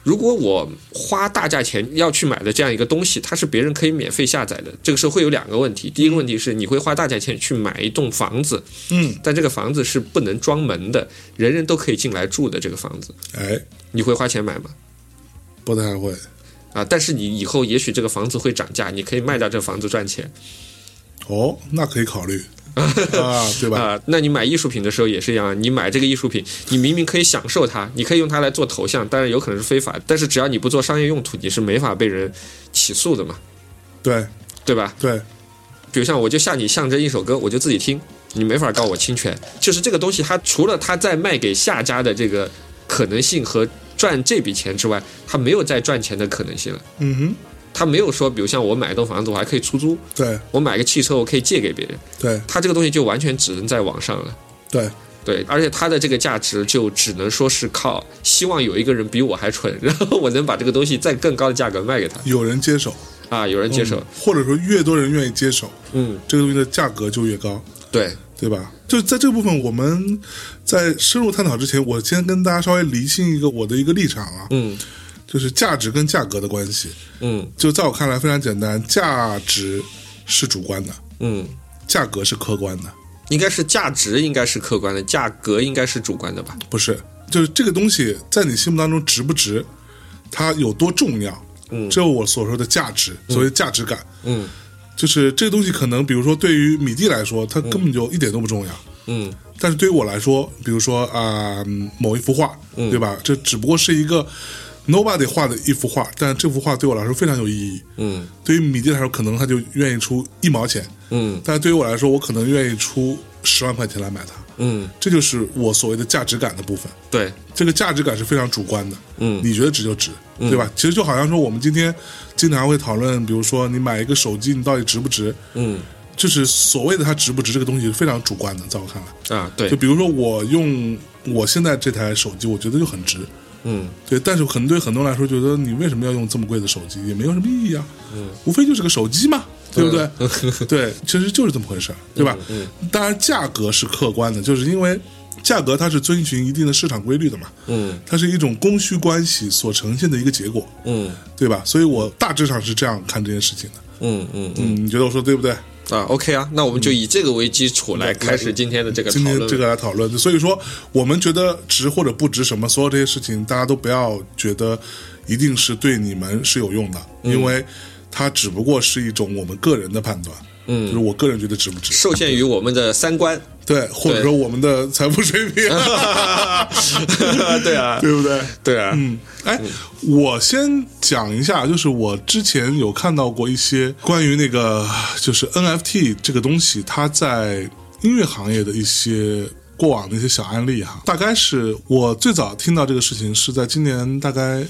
S2: 如果我花大价钱要去买的这样一个东西，它是别人可以免费下载的，这个时候会有两个问题，第一个问题是你会花大价钱去买一栋房子，
S1: 嗯，
S2: 但这个房子是不能装门的，人人都可以进来住的这个房子，
S1: 哎，
S2: 你会花钱买吗？
S1: 不太会，
S2: 啊，但是你以后也许这个房子会涨价，你可以卖掉这个房子赚钱。
S1: 哦，那可以考 虑啊，对吧？
S2: 啊、那你买艺术品的时候也是一样，你买这个艺术品，你明明可以享受它，你可以用它来做头像，当然有可能是非法，但是只要你不做商业用途，你是没法被人起诉的嘛，
S1: 对
S2: 对吧？
S1: 对，
S2: 比如像我就向你象征一首歌，我就自己听，你没法告我侵权。就是这个东西，它除了它在卖给下家的这个可能性和赚这笔钱之外，它没有再赚钱的可能性了。
S1: 嗯哼，
S2: 它没有说，比如像我买一栋房子，我还可以出租；
S1: 对
S2: 我买个汽车，我可以借给别人。
S1: 对
S2: 它这个东西就完全只能在网上了。
S1: 对，
S2: 对，而且它的这个价值就只能说是靠希望有一个人比我还蠢， 然后我能把这个东西再更高的价格卖给他
S1: 有人接手，
S2: 啊，有人接受
S1: 嗯，或者说越多人愿意接手，
S2: 嗯，
S1: 这个东西的价格就越高。
S2: 对，
S1: 对吧？就是在这个部分，我们在深入探讨之前，我先跟大家稍微理清一个我的一个立场啊，
S2: 嗯
S1: 就是价值跟价格的关系。
S2: 嗯
S1: 就在我看来非常简单，价值是主观的，
S2: 嗯，
S1: 价格是客观的，
S2: 应该是价值应该是客观的，价格应该是主观的吧？
S1: 不是？就是这个东西在你心目当中值不值，它有多重要？
S2: 嗯
S1: 这我所说的价值，所谓价值感，
S2: 嗯
S1: 就是这个东西可能，比如说对于米蒂来说，它根本就一点都不重要。
S2: 嗯
S1: 但是对于我来说，比如说啊、嗯某一幅画，对吧？这只不过是一个 nobody 画的一幅画，但这幅画对我来说非常有意义。
S2: 嗯
S1: 对于米蒂来说，可能他就愿意出一毛钱，
S2: 嗯
S1: 但是对于我来说，我可能愿意出十万块钱来买它。
S2: 嗯，
S1: 这就是我所谓的价值感的部分。
S2: 对，
S1: 这个价值感是非常主观的，
S2: 嗯
S1: 你觉得值就值，对吧？其实就好像说，我们今天经常会讨论，比如说你买一个手机，你到底值不值？
S2: 嗯
S1: 就是所谓的它值不值，这个东西是非常主观的，在我看来。
S2: 啊对
S1: 就，比如说我用我现在这台手机，我觉得就很值，
S2: 嗯
S1: 对。但是可能对很多人来说，觉得你为什么要用这么贵的手机，也没有什么意义啊，
S2: 嗯
S1: 无非就是个手机嘛，对不对？对，其实就是这么回事儿，对吧？
S2: 嗯
S1: 当然，价格是客观的，就是因为价格它是遵循一定的市场规律的嘛，
S2: 嗯
S1: 它是一种供需关系所呈现的一个结果，
S2: 嗯
S1: 对吧？所以我大致上是这样看这件事情的。
S2: 嗯嗯嗯
S1: 嗯，你觉得我说对不对？
S2: 啊，OK 啊，那我们就以这个为基础来开始今天的这个
S1: 嗯今
S2: 讨
S1: 天
S2: 论。
S1: 这个来讨论。所以说，我们觉得值或者不值什么，所有这些事情，大家都不要觉得一定是对你们是有用的，
S2: 嗯
S1: 因为它只不过是一种我们个人的判断。嗯，就是我个人觉得值不值，
S2: 受限于我们的 三观，
S1: 对，或者说我们的财富水平，
S2: 对啊，
S1: 对不对？
S2: 对啊，
S1: 嗯，哎，我先讲一下，就是我之前有看到过一些关于那个就是 NFT 这个东西，它在音乐行业的一些过往的一些小案例哈。大概是我最早听到这个事情是在今年大概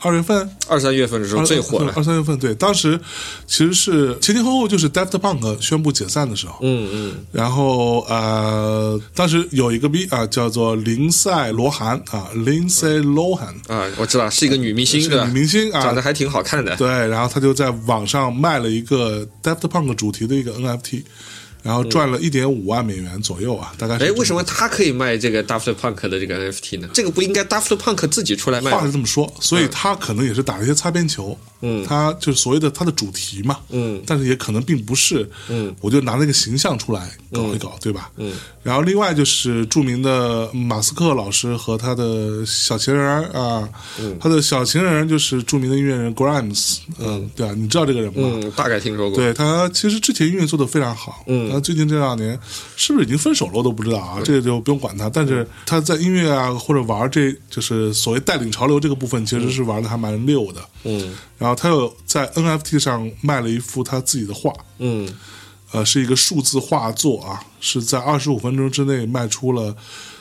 S1: 二月份，
S2: 二三月份的时候最火了
S1: 二，三月份，对，当时其实是前前后后就是 Daft Punk 宣布解散的时候，
S2: 嗯嗯。
S1: 然后呃，当时有一个 B 啊、叫做林赛罗韩啊，Lindsay Lohan。
S2: 啊，我知道是一个女明星，对吧
S1: 女？明星啊，
S2: 长得还挺好看的。
S1: 对，然后他就在网上卖了一个 Daft Punk 主题的一个 NFT，然后赚了一点五万美元左右啊，大概是。
S2: 哎，为什么她可以卖这个 Daft Punk 的这个 NFT 呢？这个不应该 Daft Punk 自己出来卖
S1: 话是
S2: 吗？
S1: 这么说？所以他可能也是打了一些擦边球，嗯，他就是所谓的他的主题嘛，
S2: 嗯，
S1: 但是也可能并不是，嗯，我就拿那个形象出来搞一搞，对吧？嗯，然后另外就是著名的马斯克老师和他的小情人儿啊，
S2: 嗯
S1: 他的小情人就是著名的音乐人 Grimes，嗯，对啊，你知道这个人吗？
S2: 嗯，大概听说过。
S1: 对他其实之前音乐做的非常好，嗯，他最近这两年是不是已经分手了我都不知道啊，这个就不用管他。但
S2: 嗯
S1: 是他在音乐啊或者玩这就是所谓带领潮流这个部分，其实是玩的还蛮溜的，
S2: 嗯
S1: 然后他又在 NFT 上卖了一幅他自己的画，
S2: 嗯
S1: 呃，是一个数字画作啊，是在二十五分钟之内卖出了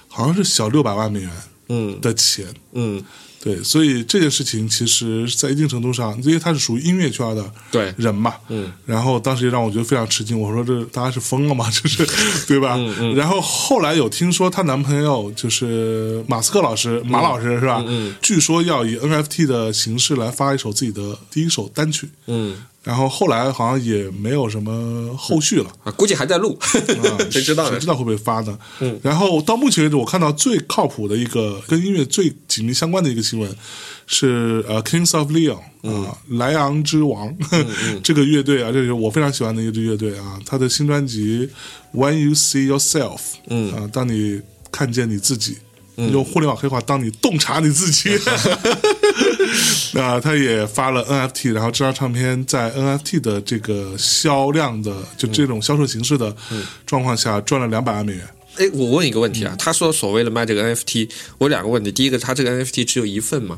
S1: 好像是小六百万美元
S2: 嗯
S1: 的钱，
S2: 嗯
S1: 对，所以这件事情其实，在一定程度上，因为他是属于音乐圈的
S2: 对
S1: 人嘛，
S2: 嗯，
S1: 然后当时也让我觉得非常吃惊，我说这大家是疯了吗？ 这是对吧？
S2: 嗯
S1: 然后后来有听说她男朋友就是马斯克老师，马老师是吧？
S2: 嗯
S1: 据说要以 NFT 的形式来发一首自己的第一首单曲，
S2: 嗯
S1: 然后后来好像也没有什么后续了。
S2: 啊，估计还在录，
S1: 啊
S2: 谁知道
S1: 谁
S2: 呢
S1: 知？道会不会发呢？嗯，然后到目前为止，我看到最靠谱的一个跟音乐最紧密相关的一个新闻是呃，Kings of Leon 啊、莱昂之王、 这个乐队啊，这是我非常喜欢的一支乐队啊，他的新专辑《When You See Yourself》，嗯啊、当你看见你自己。用互联网黑话，当你洞察你自己，啊，他也发了 NFT，然后这张唱片在 NFT 的这个销量的就这种销售形式的状况下，赚了两百万美元。
S2: 哎，我问一个问题啊，他说所谓的卖这个 NFT，我有两个问题，第一个，他这个 NFT 只有一份吗？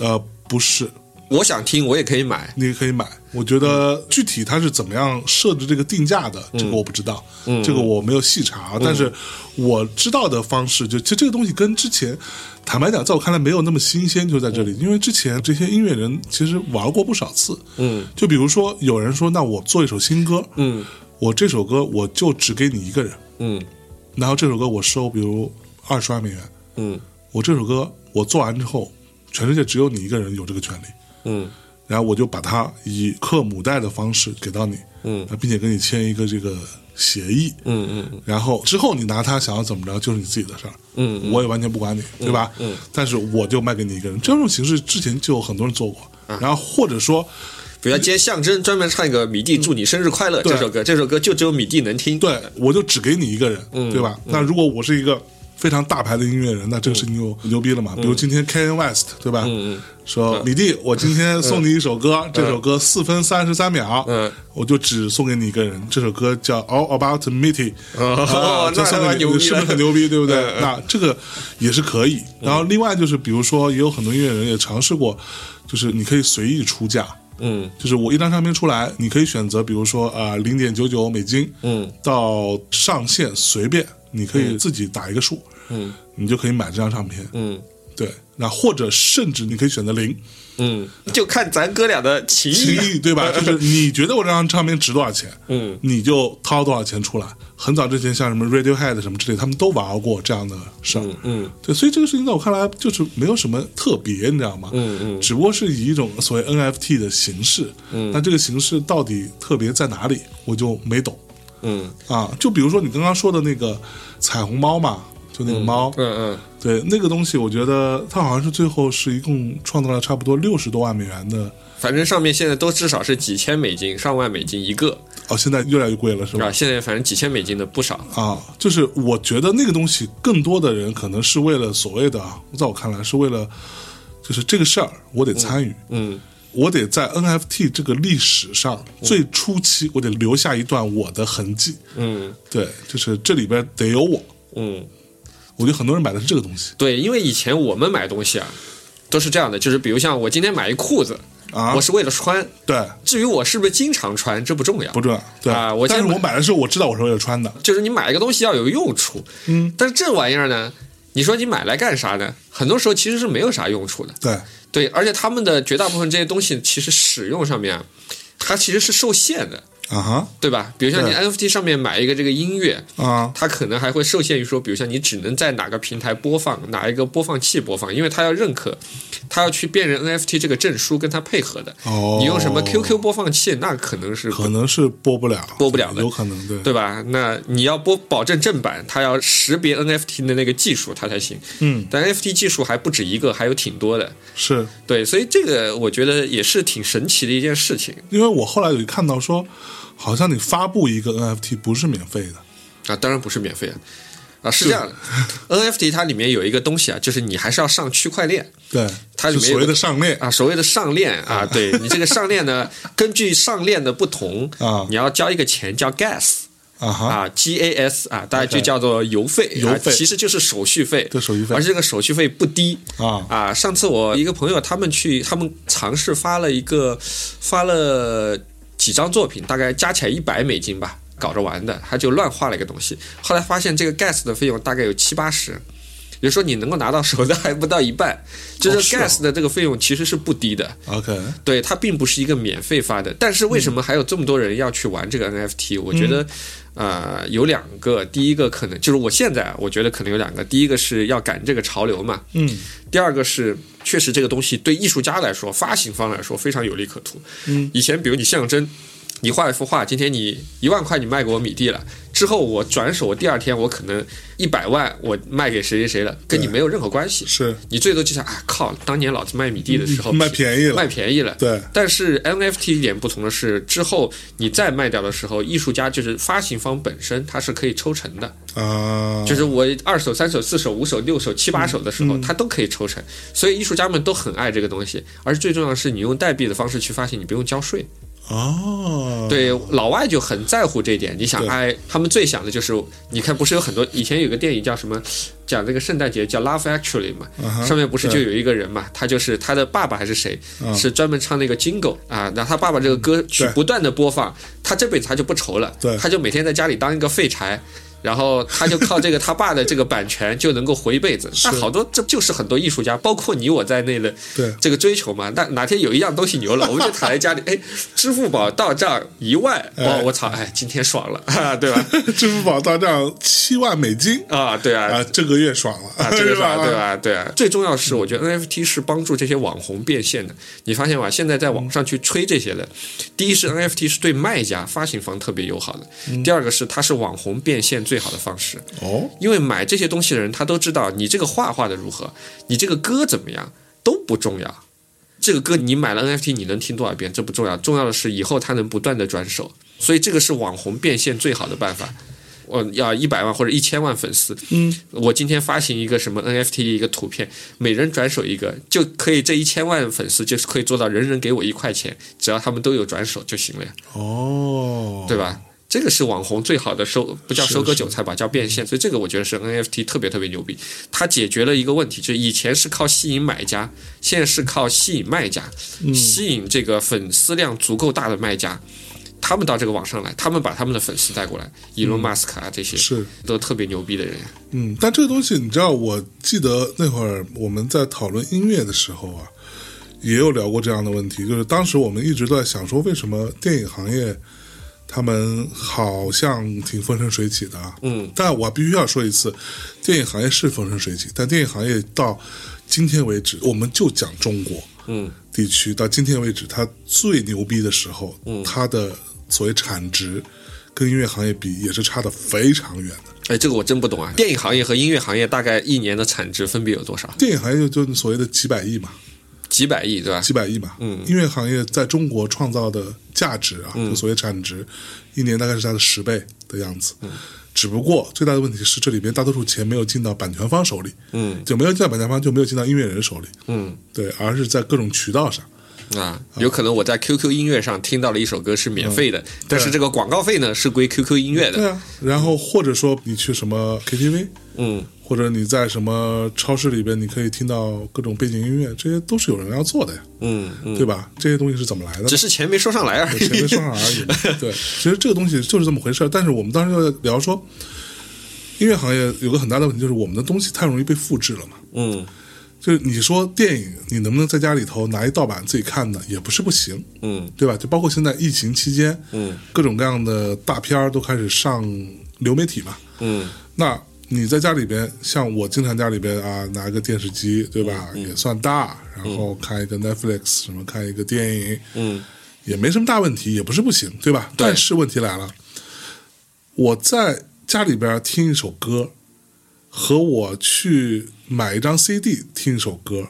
S1: 呃，不是，
S2: 我想听，我也可以买。
S1: 你可以买。我觉得
S2: 嗯
S1: 具体它是怎么样设置这个定价的，这个我不知道，
S2: 嗯
S1: 这个我没有细查。但是我知道的方式，就其实这个东西跟之前，坦白讲，在我看来没有那么新鲜，就在这里。因为之前这些音乐人其实玩过不少次，
S2: 嗯，
S1: 就比如说有人说，那我做一首新歌，
S2: 嗯
S1: 我这首歌我就只给你一个人，
S2: 嗯
S1: 然后这首歌我收比如二十万美元，
S2: 嗯
S1: 我这首歌我做完之后，全世界只有你一个人有这个权利。
S2: 嗯
S1: 然后我就把它以刻母带的方式给到你，啊
S2: 嗯，
S1: 并且跟你签一个这个协议，
S2: 嗯嗯
S1: 然后之后你拿它想要怎么着就是你自己的事儿，
S2: 嗯，
S1: 我也完全不管你，对吧？嗯，但是我就卖给你一个人，这种形式之前就有很多人做过，
S2: 啊
S1: 然后或者说
S2: 比如说今天象征专门唱一个米蒂祝你生日快乐
S1: 对
S2: 这首歌，这首歌就只有米蒂能听。
S1: 对我就只给你一个人，
S2: 嗯
S1: 对吧？那如果我是一个非常大牌的音乐人，那这个事情
S2: 嗯
S1: 就牛逼了嘛。比如今天 Kanye West，对吧？说李弟，我今天送你一首歌，这首歌四分三十三秒，
S2: 嗯，
S1: 我就只送给你一个人。这首歌叫《All About Mitty》，
S2: 哦
S1: 啊
S2: 那
S1: 这送
S2: 他妈
S1: 给
S2: 牛
S1: 你，
S2: 逼
S1: 是不是
S2: 了嗯
S1: 很牛逼？对不对？那这个也是可以。然后另外就是，比如说也有很多音乐人也尝试过，就是你可以随意出价，
S2: 嗯
S1: 就是我一张唱片出来，你可以选择，比如说啊，零点九九美金，
S2: 嗯，
S1: 到上限随便，你可以自己打一个数，
S2: 嗯，
S1: 你就可以买这张唱片，
S2: 嗯
S1: 对。那或者甚至你可以选择零
S2: 嗯，就看咱哥俩的情
S1: 情
S2: 谊。
S1: 谊，对 吧？就是你觉得我这张唱片值多少钱，
S2: 嗯
S1: 你就掏多少钱出来。很早之前，像什么 Radiohead 什么之类，他们都玩过这样的事儿。
S2: 嗯嗯
S1: 对，所以这个事情在我看来就是没有什么特别，你知道吗？
S2: 嗯嗯
S1: 只不过是以一种所谓 NFT 的形式，
S2: 嗯
S1: 那这个形式到底特别在哪里，我就没懂
S2: 嗯
S1: 啊。就比如说你刚刚说的那个彩虹猫嘛，就那个猫，
S2: 嗯嗯，
S1: 对那个东西，我觉得它好像是最后是一共创造了差不多六十多万美元的，
S2: 反正上面现在都至少是几千美金、上万美金一个，
S1: 哦，现在越来越贵了，是
S2: 是
S1: 吧？
S2: 吧？现在反正几千美金的不少。
S1: 啊，就是我觉得那个东西，更多的人可能是为了所谓的啊，在我看来是为了，就是这个事儿我得参与，
S2: 嗯
S1: 我得在 NFT 这个历史上最初期，我得留下一段我的痕迹。
S2: 嗯
S1: 对，就是这里边得有我。
S2: 嗯，
S1: 我觉得很多人买的是这个东西
S2: 对，因为以前我们买东西啊，都是这样的，就是比如像我今天买一裤子，
S1: 啊
S2: 我，是为了穿，
S1: 对，
S2: 至于我是不是经常穿，这不重要。
S1: 不准。对，
S2: 啊我
S1: 但
S2: 先
S1: 是
S2: 买
S1: 我买的时候我知道我是为了穿的，
S2: 就是你买一个东西要有用处，
S1: 嗯，
S2: 但是这玩意儿呢，你说你买来干啥呢？很多时候其实是没有啥用处的，
S1: 对，
S2: 对，而且他们的绝大部分这些东西其实使用上面啊，它其实是受限的，
S1: 啊
S2: 对吧？比如像你
S1: 对
S2: NFT 上面买一个这个音乐，
S1: 哈啊，
S2: 它可能还会受限于说，比如像你只能在哪个平台播放，哪一个播放器播放，因为它要认可，它要去辨认 NFT 这个证书跟它配合的。
S1: 哦，
S2: 你用什么 QQ 播放器，那可能是
S1: 可能是播不了，
S2: 播不了的
S1: 有可能对。
S2: 对吧？那你要播保证正版，它要识别 NFT 的那个技术，它才行。
S1: 嗯，
S2: 但 NFT 技术还不止一个，还有挺多的。
S1: 是
S2: 对，所以这个我觉得也是挺神奇的一件事情
S1: 因为我后来有看到说，好像你发布一个 NFT 不是免费的，
S2: 啊。当然不是免费的啊，是这样的，NFT 它里面有一个东西啊，就是你还是要上区块链。
S1: 对，
S2: 它里
S1: 是
S2: 面
S1: 所
S2: 有
S1: 谓
S2: 个
S1: 的上链
S2: 啊，所谓的上链啊，对你这个上 链呢，根据上链的不同
S1: 啊
S2: 你要交一个钱叫 gas
S1: 啊哈，
S2: 啊，G A S 啊，大家就叫做邮费，
S1: 邮
S2: 啊
S1: 费
S2: 其实就是手续费，
S1: 对手续费
S2: 而且这个手续费不低
S1: 啊
S2: 啊。上次我一个朋友他们去，他们尝试发了一个发了几张作品，大概加起来一百美金吧。搞着玩的，他就乱画了一个东西。后来发现这个 gas 的费用大概有七八十，也就是说你能够拿到手的还不到一半，就
S1: 哦
S2: 是
S1: 是哦
S2: gas 的这个费用其实是不低的，
S1: OK，
S2: 对，它并不是一个免费发的。但是为什么
S1: 嗯
S2: 还有这么多人要去玩这个 NFT？我觉得。
S1: 嗯
S2: 呃，有两个，第一个可能就是我现在啊我觉得可能有两个，第一个是要赶这个潮流嘛，
S1: 嗯
S2: 第二个是，确实这个东西对艺术家来说、发行方来说非常有利可图。
S1: 嗯，
S2: 以前比如你象征，你画一幅画，今天你一万块你卖给我米蒂了，之后我转手，我第二天我可能一百万我卖给谁谁谁了，跟你
S1: 对
S2: 没有任何关系。
S1: 是
S2: 你最多就想啊、靠，当年老子卖米蒂的时候
S1: 嗯卖便宜了，
S2: 卖便宜了，
S1: 对，
S2: 但是 NFT 一点不同的是，之后你再卖掉的时候，艺术家就是发行方本身，它是可以抽成的。
S1: 啊，
S2: 就是我二手、三手、四手、五手、六手、七八手的时候，它都可以抽成，所以艺术家们都很爱这个东西。而最重要的是，你用代币的方式去发行，你不用交税。
S1: 哦，，
S2: 对老外就很在乎这一点。你想，
S1: 对
S2: 哎，他们最想的就是，你看，不是有很多以前有个电影叫什么，讲那个圣诞节叫《Love Actually》嘛，
S1: 嗯哼
S2: 上面不是就
S1: 对
S2: 有一个人嘛，他就是他的爸爸还是谁，
S1: 嗯
S2: 是专门唱那个 Jingle 啊，那他爸爸这个歌曲
S1: 对
S2: 不断的播放，他这辈子他就不愁了
S1: 对，
S2: 他就每天在家里当一个废柴。然后他就靠这个他爸的这个版权就能够活一 辈子。那好多这就是很多艺术家，包括你我在内的
S1: 对
S2: 这个追求嘛。那哪天有一样东 西牛了，我们就躺在家里，哎，支付宝到账一万，哇
S1: 哎，
S2: 我操，哎，今天爽了， 啊、对吧？
S1: 支付宝到账七万美金
S2: 啊，对啊，
S1: 啊，这个月爽了，
S2: 啊，这个
S1: 是
S2: 是吧？对
S1: 吧？ 嗯
S2: 吧？对啊。最重要的是，我觉得 NFT 是帮助这些网红变现的。你发现吧？现在在网上去吹这些的，第一是 NFT 是对卖家、发行方特别友好的；
S1: 嗯
S2: 第二个是它是网红变现最好的方式，
S1: 哦，
S2: 因为买这些东西的人他都知道你这个画画的如何，你这个歌怎么样都不重要。这个歌你买了 NFT 你能听多少遍这不重要，重要的是以后它能不断的转手，所以这个是网红变现最好的办法。我要一百万或者一千万粉丝，
S1: 嗯，
S2: 我今天发行一个什么 NFT 一个图片，每人转手一个，就可以这一千万粉丝就是可以做到人人给我一块钱，只要他们都有转手就行了呀，
S1: 哦，
S2: 对吧？这个是网红最好的收，不叫
S1: 是
S2: 收割
S1: 是
S2: 韭菜吧，叫变现。所以这个我觉得是 NFT 特别特别牛逼，它解决了一个问题，就是以前是靠吸引买家，现在是靠吸引卖家，吸引这个粉丝量足够大的卖家，他们到这个网上来，他们把他们的粉丝带过来，伊隆马斯克啊这些
S1: 是，
S2: 都特别牛逼的人，
S1: 嗯，但这个东西你知道，我记得那会儿我们在讨论音乐的时候啊，也有聊过这样的问题，就是当时我们一直都在想说，为什么电影行业他们好像挺风生水起的啊？
S2: 嗯，
S1: 但我必须要说一次，电影行业是风生水起，但电影行业到今天为止，我们就讲中国
S2: 嗯
S1: 地区到今天为止，它最牛逼的时候，
S2: 嗯
S1: 它的所谓产值跟音乐行业比也是差得非常远的。
S2: 哎，这个我真不懂啊！电影行业和音乐行业大概一年的产值分别有多少？
S1: 电影行业就就所谓的几百亿嘛，
S2: 几百亿，对吧？
S1: 几百亿吧。
S2: 嗯
S1: 音乐行业在中国创造的价值啊，就所谓产值，一年大概是它的十倍的样子。
S2: 嗯
S1: 只不过最大的问题是，这里边大多数钱没有进到版权方手里，
S2: 嗯
S1: 就没有进到版权方，就没有进到音乐人手里，
S2: 嗯
S1: 对，而是在各种渠道上。
S2: 啊，有可能我在 QQ 音乐上听到了一首歌是免费的，但是这个广告费呢是归 QQ 音乐
S1: 嗯对
S2: 的。
S1: 啊，然后或者说你去什么 KTV，
S2: 嗯，
S1: 或者你在什么超市里边，你可以听到各种背景音乐，这些都是有人要做的呀，
S2: 嗯嗯，
S1: 对吧？这些东西是怎么来的呢
S2: 只？是钱没收上来而
S1: 前面
S2: 已。
S1: 上上而已。对，其实这个东西就是这么回事儿。但是我们当时就在聊说，音乐行业有个很大的问题，就是我们的东西太容易被复制了嘛。
S2: 嗯
S1: 就是你说电影，你能不能在家里头拿一盗版自己看呢？也不是不行，
S2: 嗯
S1: 对吧？就包括现在疫情期间，
S2: 嗯
S1: 各种各样的大片儿都开始上流媒体嘛。
S2: 嗯
S1: 那你在家里边，像我经常家里边啊，拿个电视机，对吧？
S2: 嗯
S1: 也算大，然后看一个 Netflix，什么看一个电影，
S2: 嗯
S1: 也没什么大问题，也不是不行，对吧？
S2: 对
S1: 但是问题来了，我在家里边听一首歌，和我去买一张 CD 听一首歌，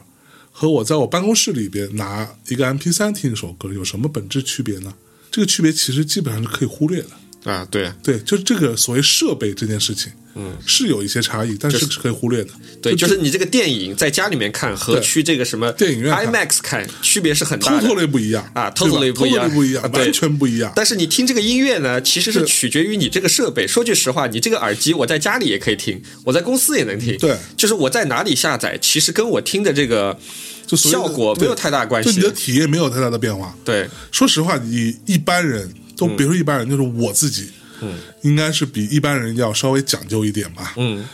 S1: 和我在我办公室里边拿一个 MP 三听一首歌，有什么本质区别呢？这个区别其实基本上是可以忽略的。
S2: 啊，对
S1: 对，就是这个所谓设备这件事情，
S2: 嗯，
S1: 是有一些差异，但是
S2: 就是
S1: 可以忽略的。
S2: 对，
S1: 就
S2: 就是你这个电影在家里面看和
S1: 对
S2: 去这个什么
S1: 电影院看
S2: IMAX 看区别是很大的
S1: totally。不一样
S2: 啊
S1: 对吧
S2: totally 不一样
S1: totally 不一样，
S2: 啊对
S1: 完全不一样。
S2: 但是你听这个音乐呢，其实是
S1: 是
S2: 取决于你这个设备。说句实话，你这个耳机我在家里也可以听，我在公司也能听。
S1: 对
S2: 就是我在哪里下载，其实跟我听的这个
S1: 就所谓的
S2: 效果
S1: 对
S2: 没有太大关
S1: 就你的
S2: 系。
S1: 体验没有太大的变化。
S2: 对，
S1: 说实话，你一般人都别说一
S2: 嗯
S1: 般人，就是我自己，嗯，应该是比一般人要稍微讲究一点吧。
S2: 嗯，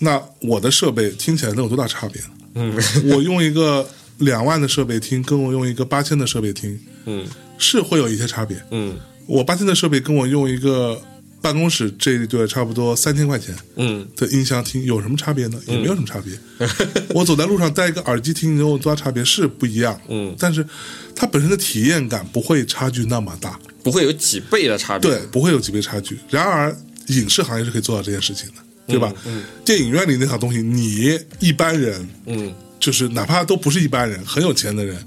S1: 那我的设备听起来能有多大差别呢？
S2: 嗯
S1: 我用一个两万的设备听，跟我用一个八千的设备听，
S2: 嗯
S1: 是会有一些差别。
S2: 嗯
S1: 我八千的设备跟我用一个办公室这一对差不多三千块钱
S2: 嗯，
S1: 的音箱听 有什么差别呢？也没有什么差别。我走在路上戴一个耳机听，有多大差别是不一样。
S2: 嗯，
S1: 但是它本身的体验感不会差距那么大，
S2: 不会有几倍的差别。
S1: 对，不会有几倍差距。然而，影视行业是可以做到这件事情的，对吧？电影院里那套东西，你一般人
S2: 嗯，
S1: 就是哪怕都不是一般人，很有钱的人，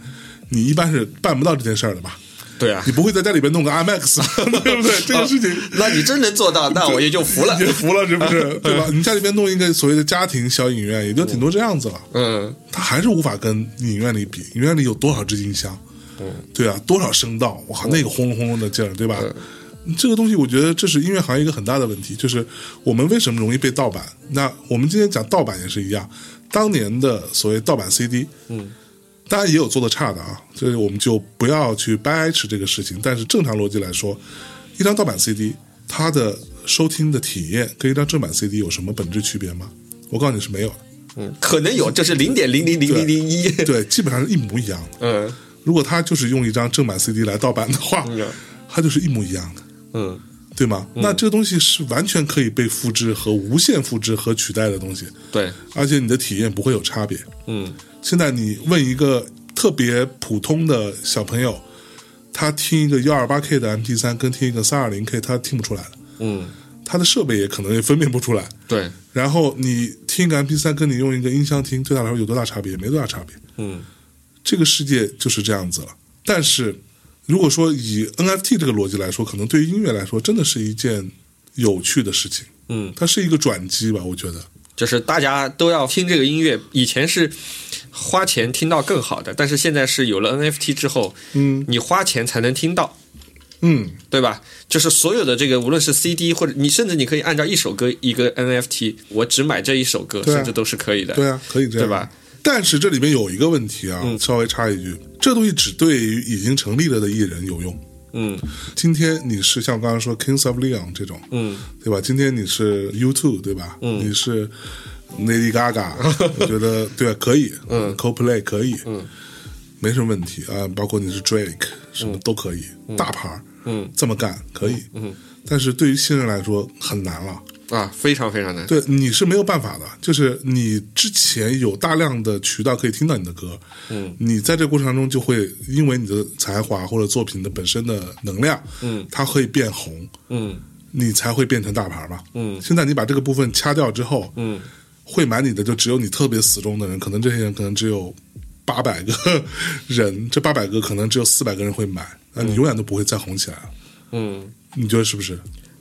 S1: 你一般是办不到这件事儿的吧？
S2: 对啊
S1: 你。不会在家里边弄个 IMAX，对不对？这个事情
S2: 那你真能做到，那我也就服了
S1: 也。服了，是不是？对吧？你家里边弄一个所谓的家庭小影院，也就顶多这样子了。
S2: 嗯，
S1: 它还是无法跟影院里比。影院里有多少只音箱？对啊，多少声道？我靠，那个轰隆轰隆的劲儿，对吧？这个东西，我觉得这是音乐行业一个很大的问题，就是我们为什么容易被盗版？那我们今天讲盗版也是一样，当年的所谓盗版 CD，
S2: 嗯，
S1: 当然也有做的差的啊，所以我们就不要去掰扯这个事情。但是正常逻辑来说，一张盗版 CD 它的收听的体验跟一张正版 CD 有什么本质区别吗？我告诉你是没有的，
S2: 嗯，可能有，就是零点零零零零 零一。
S1: 对，基本上是一模一样的。
S2: 嗯
S1: 如果他就是用一张正版 CD 来盗版的话
S2: 嗯，
S1: 它就是一模一样的，
S2: 嗯
S1: 对吗？那这个东西是完全可以被复制和无限复制和取代的东西，
S2: 对，
S1: 而且你的体验不会有差别。
S2: 嗯
S1: 现在你问一个特别普通的小朋友，他听一个幺二八 K 的 MP 三跟听一个三二零 K，他听不出来的，
S2: 嗯，
S1: 他的设备也可能也分辨不出来。
S2: 对，
S1: 然后你听一个 MP 三，跟你用一个音箱听，对他来说有多大差别？没多大差别。
S2: 嗯
S1: 这个世界就是这样子了。但是，如果说以 NFT 这个逻辑来说，可能对于音乐来说，真的是一件有趣的事情。
S2: 嗯，
S1: 它是一个转机吧，我觉得。
S2: 就是大家都要听这个音乐。以前是花钱听到更好的，但是现在是有了 NFT 之后，
S1: 嗯
S2: 你花钱才能听到。
S1: 嗯，
S2: 对吧？就是所有的这个，无论是 CD 或者你，甚至你可以按照一首歌一个 NFT，我只买这一首歌，
S1: 对啊
S2: 甚至都是可以的，
S1: 对啊，可以这样，
S2: 对吧？？
S1: 但是这里面有一个问题啊，
S2: 嗯
S1: 稍微插一句，这东西只对于已经成立了的艺人有用。
S2: 嗯
S1: 今天你是像刚刚说 Kings of Leon 这种，
S2: 嗯
S1: 对吧？今天你是 U two 对吧？嗯，你是 Lady Gaga，我觉得对可以，嗯，CoPlay 可以，嗯，没什么问题啊、包括你是 Drake，什么都可以，大牌儿，
S2: 嗯，
S1: 这么干可以，嗯，但是对于新人来说很难了。
S2: 啊，非常非常难。
S1: 对，你是没有办法的，就是你之前有大量的渠道可以听到你的歌，
S2: 嗯，
S1: 你在这过程当中就会因为你的才华或者作品的本身的能量，
S2: 嗯，
S1: 它会变红，
S2: 嗯
S1: 你才会变成大牌嘛。
S2: 嗯
S1: 现在你把这个部分掐掉之后，
S2: 嗯
S1: 会买你的就只有你特别死忠的人，可能这些人可能只有八百个人， 这八百个可能只有四百个人会买，那你永远都不会再红起来了。
S2: 嗯，
S1: 你觉得是不是？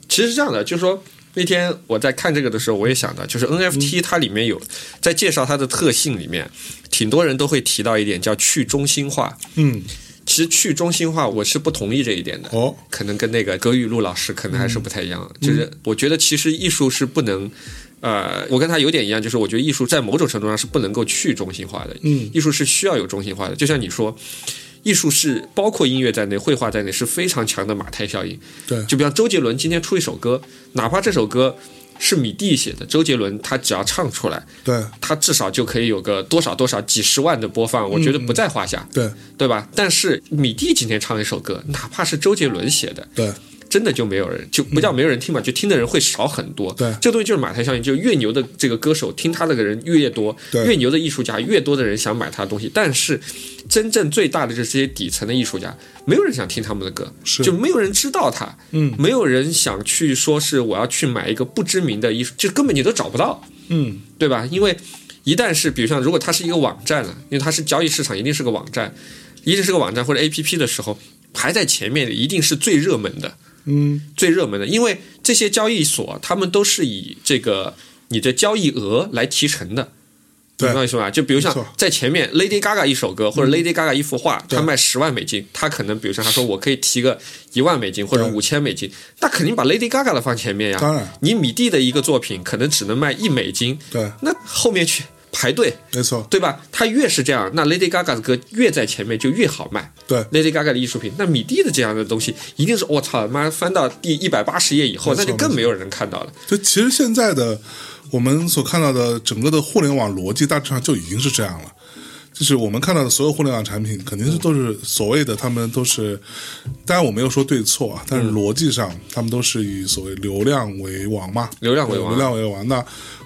S2: 其实是这样的，就是说那天我在看这个的时候，我也想到，就是 NFT 它里面有在介绍它的特性里面，挺多人都会提到一点叫去中心化。
S1: 嗯，
S2: 其实去中心化，我是不同意这一点的。
S1: 哦，
S2: 可能跟那个葛雨露老师可能还是不太一样。就是
S1: 嗯
S2: 我觉得其实艺术是不能，呃，我跟他有点一样，就是我觉得艺术在某种程度上是不能够去中心化的，
S1: 嗯
S2: 艺术是需要有中心化的。就像你说，艺术是包括音乐在内、绘画在内是非常强的马太效应。
S1: 对，
S2: 就比方周杰伦今天出一首歌，哪怕这首歌是米蒂写的，周杰伦他只要唱出来，
S1: 对，
S2: 他至少就可以有个多少多少几十万的播放，我觉得
S1: 嗯
S2: 不在话下，
S1: 对，
S2: 对吧？但是米蒂今天唱一首歌，哪怕是周杰伦写的。
S1: 对，
S2: 真的就没有人，就不叫没有人听嘛，就听的人会少很多。
S1: 嗯对
S2: 这东西就是马太效应，就越牛的这个歌手，听他的人越多，
S1: 对
S2: 越牛的艺术家，越多的人想买他的东西。但是，真正最大的就是这些底层的艺术家，没有人想听他们的歌，
S1: 是
S2: 就没有人知道他，
S1: 嗯
S2: 没有人想去说是我要去买一个不知名的艺术，就根本你都找不到。
S1: 嗯，
S2: 对吧？因为一旦是，比如像如果它是一个网站了、因为它是交易市场，一定是个网站，一定是个网站或者 APP 的时候，排在前面的一定是最热门的，
S1: 嗯，
S2: 最热门的，因为这些交易所他们都是以这个你的交易额来提成的。
S1: 对
S2: 明白我意思吧？就比如像
S1: 没错嗯
S2: 在前面 Lady Gaga 一首歌或者 Lady Gaga 一幅画，
S1: 对
S2: 他卖十万美金，他可能比如说他说我可以提个一万美金或者
S1: 对
S2: 五千美金，那肯定把 Lady Gaga 的放前面呀。
S1: 当然，
S2: 你米蒂的一个作品可能只能卖一美金，
S1: 对，
S2: 那后面去排队，
S1: 没错，
S2: 对吧？它越是这样，那 Lady Gaga 的歌越在前面就越好卖。
S1: 对，
S2: Lady Gaga 的艺术品，那米蒂的这样的东西，一定是我操妈翻到第一百八十页以后，
S1: 没错
S2: 那就更没有人看到了。
S1: 就其实现在的我们所看到的整个的互联网逻辑，大致上就已经是这样了。就是我们看到的所有互联网产品，肯定是都是所谓的，他们都是，当然我没有说对错啊，但
S2: 嗯
S1: 是逻辑上，他们都是以所谓流量为王嘛，
S2: 流量为王
S1: 流量为王。那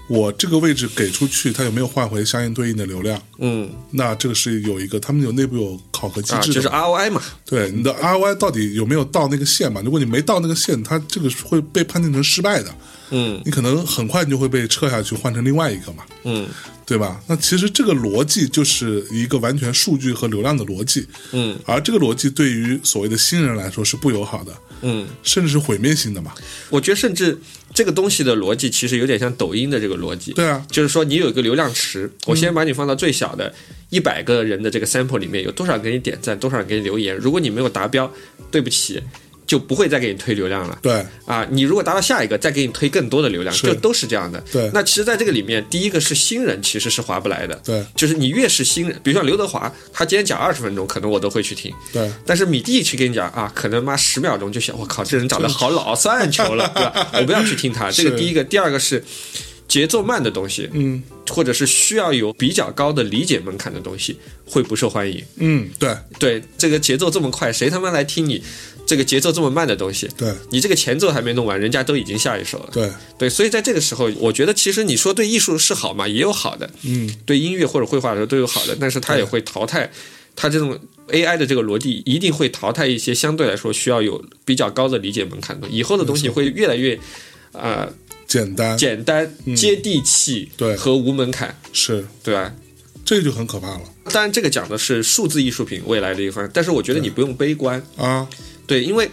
S1: 我这个位置给出去，它有没有换回相应对应的流量？
S2: 嗯，
S1: 那这个是有一个，他们有内部有考核机
S2: 啊，
S1: 制的
S2: 就是
S1: 嘛，
S2: ROI 嘛，
S1: 对你的 ROI 到底有没有到那个线嘛？如果你没到那个线，它这个是会被判定成失败的。
S2: 嗯
S1: 你可能很快就会被撤下去，换成另外一个嘛，
S2: 嗯
S1: 对吧？那其实这个逻辑就是一个完全数据和流量的逻辑，
S2: 嗯
S1: 而这个逻辑对于所谓的新人来说是不友好的，
S2: 嗯，
S1: 甚至是毁灭性的嘛。
S2: 我觉得甚至这个东西的逻辑其实有点像抖音的这个逻辑，
S1: 对啊，嗯
S2: 就是说你有一个流量池，我先把你放到最小的一百个人的这个 sample 里面，有多少人给你点赞，多少人给你留言，如果你没有达标，对不起，就不会再给你推流量了。
S1: 对
S2: 啊，你如果达到下一个，再给你推更多的流量，
S1: 是
S2: 就都是这样的。
S1: 对
S2: 那其实在这个里面，第一个是新人其实是划不来的，
S1: 对
S2: 就是你越是新人，比如像刘德华，他今天讲二十分钟，可能我都会去听。
S1: 对，
S2: 但是米蒂去跟你讲啊，可能妈十秒钟就想，我靠，这人长得好老，算球 了，对吧？我不要去听他。这个
S1: 是
S2: 第一个，第二个是节奏慢的东西，
S1: 嗯
S2: 或者是需要有比较高的理解门槛的东西，会不受欢迎。
S1: 嗯，对
S2: 对，这个节奏这么快，谁他妈来听你这个节奏这么慢的东西？
S1: 对
S2: 你这个前奏还没弄完，人家都已经下一首了。
S1: 对，
S2: 对，所以在这个时候，我觉得其实你说对艺术是好嘛，也有好的，
S1: 嗯，
S2: 对音乐或者绘画的时候都有好的，但是它也会淘汰，它这种 AI 的这个逻辑一定会淘汰一些相对来说需要有比较高的理解门槛的，以后的东西会越来越。呃，
S1: 简单
S2: 简单、接地气，
S1: 嗯对
S2: 和无门槛，
S1: 是，
S2: 对吧？
S1: 这就很可怕了
S2: 当然，这个讲的是数字艺术品未来的一个方向，但是我觉得你不用悲观，
S1: 啊！
S2: 对，因为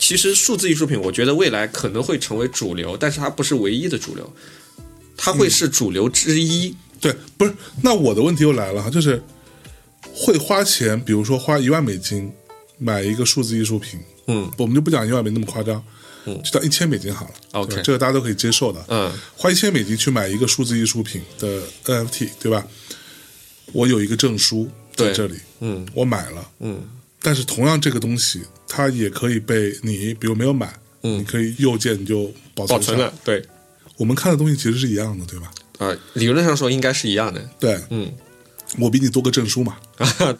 S2: 其实数字艺术品，我觉得未来可能会成为主流，但是它不是唯一的主流，它
S1: 嗯
S2: 会是主流之一。
S1: 对，不是，那我的问题又来了哈，就是会花钱，比如说花一万美金买一个数字艺术品，
S2: 嗯
S1: 我们就不讲一万美金那么夸张，
S2: 嗯
S1: 就到一千美金好了。
S2: OK
S1: 对吧这个大家都可以接受的。
S2: 嗯
S1: 花一千美金去买一个数字艺术品的 NFT，对吧？我有一个证书在
S2: 对
S1: 这里，
S2: 嗯
S1: 我买了，
S2: 嗯
S1: 但是同样这个东西，它也可以被你，比如没有买，
S2: 嗯
S1: 你可以右键你就保
S2: 保
S1: 存
S2: 存
S1: 下
S2: 了。，对，
S1: 我们看的东西其实是一样的，对吧？
S2: 啊，理论上说应该是一样的。
S1: 对
S2: 嗯
S1: 我比你多个证书嘛，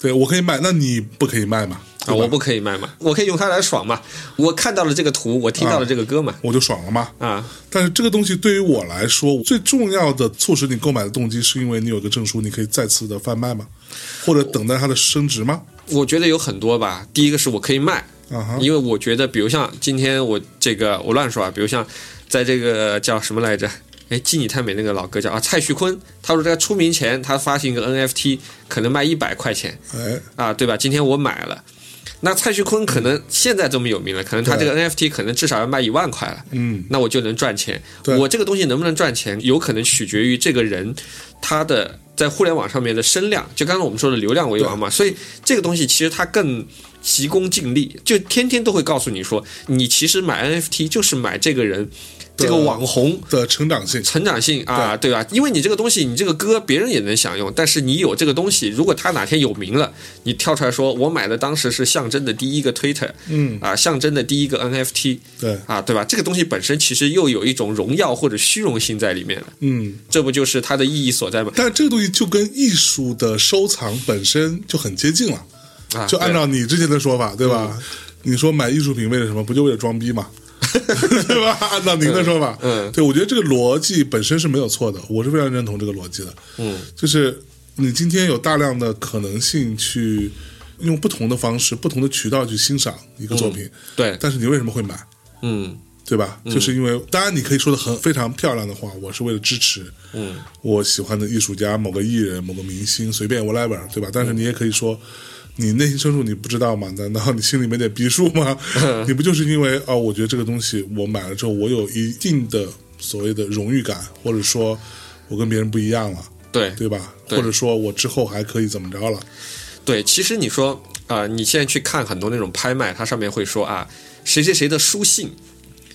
S1: 对我可以买，那你不可以卖嘛？
S2: 啊，
S1: 对吧
S2: 我不可以卖嘛，我可以用它来爽嘛，我看到了这个图，我听到
S1: 啊
S2: 了这个歌嘛，
S1: 我就爽了嘛。
S2: 啊，
S1: 但是这个东西对于我来说，最重要的促使你购买的动机，是因为你有一个证书，你可以再次的贩卖吗？或者等待它的升值吗？
S2: 我觉得有很多吧。第一个是我可以卖，
S1: 啊哈，
S2: 因为我觉得，比如像今天我这个我乱说啊，比如像在这个叫什么来着？哎，记你太美那个老哥叫啊蔡徐坤，他说在出名前他发行一个 NFT，可能卖一百块钱
S1: 哎，
S2: 啊，对吧？今天我买了，那蔡徐坤可能现在这么有名了，可能他这
S1: 对
S2: 个 NFT 可能至少要卖一万块了，
S1: 嗯，
S2: 那我就能赚钱。
S1: 对
S2: 我这个东西能不能赚钱，有可能取决于这个人他的在互联网上面的声量，就刚才我们说的流量为王嘛，所以这个东西其实它更急功近利，就天天都会告诉你说，你其实买 NFT 就是买这个人
S1: 对
S2: 这个网红。
S1: 的成长性，
S2: 成长性啊，对吧？因为你这个东西，你这个歌别人也能享用，但是你有这个东西，如果他哪天有名了，你跳出来说我买的当时是象征的第一个 Twitter
S1: 嗯，
S2: 啊，象征的第一个 NFT，
S1: 对，
S2: 啊，对吧？这个东西本身其实又有一种荣耀或者虚荣心在里面了，
S1: 嗯，
S2: 这不就是它的意义所在吗？
S1: 但这个东西就跟艺术的收藏本身就很接近了，
S2: 啊，嗯
S1: 就按
S2: 对
S1: 照你之前的说法，对吧？你说买艺术品为了什么？不就为了装逼 嘛，对吧？按照您的说法，
S2: 嗯嗯
S1: 对我觉得这个逻辑本身是没有错的，我是非常认同这个逻辑的。
S2: 嗯，
S1: 就是你今天有大量的可能性去用不同的方式、不同的渠道去欣赏一
S2: 嗯
S1: 个作品，
S2: 对，
S1: 但是你为什么会买？
S2: 嗯
S1: 对吧？就是因为当然你可以说的很非常漂亮的话，我是为了支持
S2: 嗯
S1: 我喜欢的艺术家、某个艺人、某个明星，随便 whatever，对
S2: 嗯
S1: 吧？但是你也可以说。你内心深处你不知道吗？ 难道你心里没点逼数吗？
S2: 嗯
S1: 你不就是因为啊、我觉得这个东西我买了之后，我有一定的所谓的荣誉感，或者说我跟别人不一样了，
S2: 对
S1: 对吧？
S2: 对
S1: 或者说我之后还可以怎么着了？
S2: 对。其实你说啊、你现在去看很多那种拍卖，它上面会说啊，谁谁谁的书信。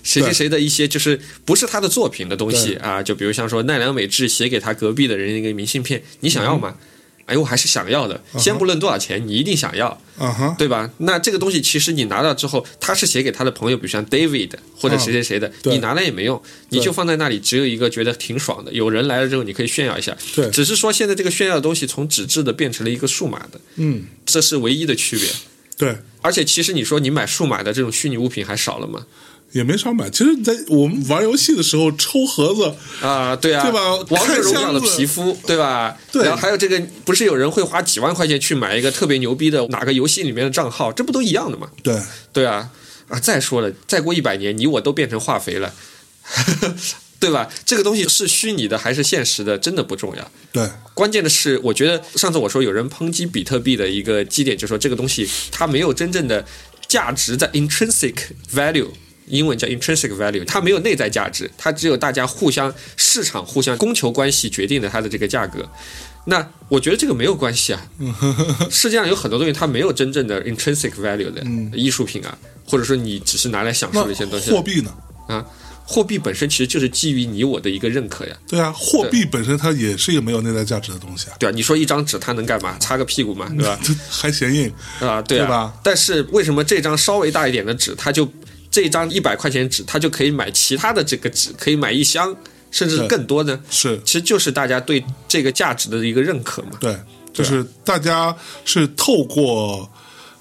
S2: 谁谁谁的一些就是不是他的作品的东西啊，就比如像说奈良美智写给他隔壁的人一个明信片，你想要
S1: 嗯
S2: 吗？哎，我还是想要的。先不论多少钱，你一定想要，
S1: 啊哈，
S2: 对吧？那这个东西其实你拿到之后，他是写给他的朋友，比如像 David 或者谁谁谁的，
S1: 嗯对
S2: 你拿来也没用，你就放在那里，只有一个觉得挺爽的。有人来了之后，你可以炫耀一下。
S1: 对
S2: 只是说现在这个炫耀的东西从纸质的变成了一个数码的，
S1: 嗯，
S2: 这是唯一的区别。
S1: 对，
S2: 而且其实你说你买数码的这种虚拟物品还少了吗？
S1: 也没少买。其实，在我们玩游戏的时候抽盒子，
S2: 啊，对啊，
S1: 对吧
S2: 王者荣耀
S1: 看箱
S2: 的
S1: 子
S2: 皮肤，对吧？
S1: 对
S2: 然后还有这个，不是有人会花几万块钱去买一个特别牛逼的哪个游戏里面的账号，这不都一样的吗？
S1: 对，
S2: 对啊，啊，再说了，再过一百年，你我都变成化肥了， 对吧？这个东西是虚拟的还是现实的，真的不重要。
S1: 对，
S2: 关键的是，我觉得上次我说有人抨击比特币的一个基点，就是说这个东西它没有真正的价值在 intrinsic value。英文叫 intrinsic value，它没有内在价值，它只有大家互相市场、互相供求关系决定的它的这个价格。那我觉得这个没有关系啊，世界上有很多东西它没有真正的 intrinsic value 的艺术品啊，或者说你只是拿来享受的一些东
S1: 那
S2: 西
S1: 货币呢？
S2: 啊。货币本身其实就是基于你我的一个认可呀，
S1: 对啊，货币本身它也是一个没有内在价值的东西啊，
S2: 对吧、你说一张纸它能干嘛？擦个屁股嘛，对吧？
S1: 还显硬，
S2: 啊，对啊
S1: 对吧？
S2: 但是为什么这张稍微大一点的纸，它就这张一百块钱纸，它就可以买其他的这个纸，可以买一箱，甚至
S1: 对
S2: 更多呢？
S1: 是
S2: 其实就是大家对这个价值的一个认可嘛。
S1: 对，啊就是大家是透过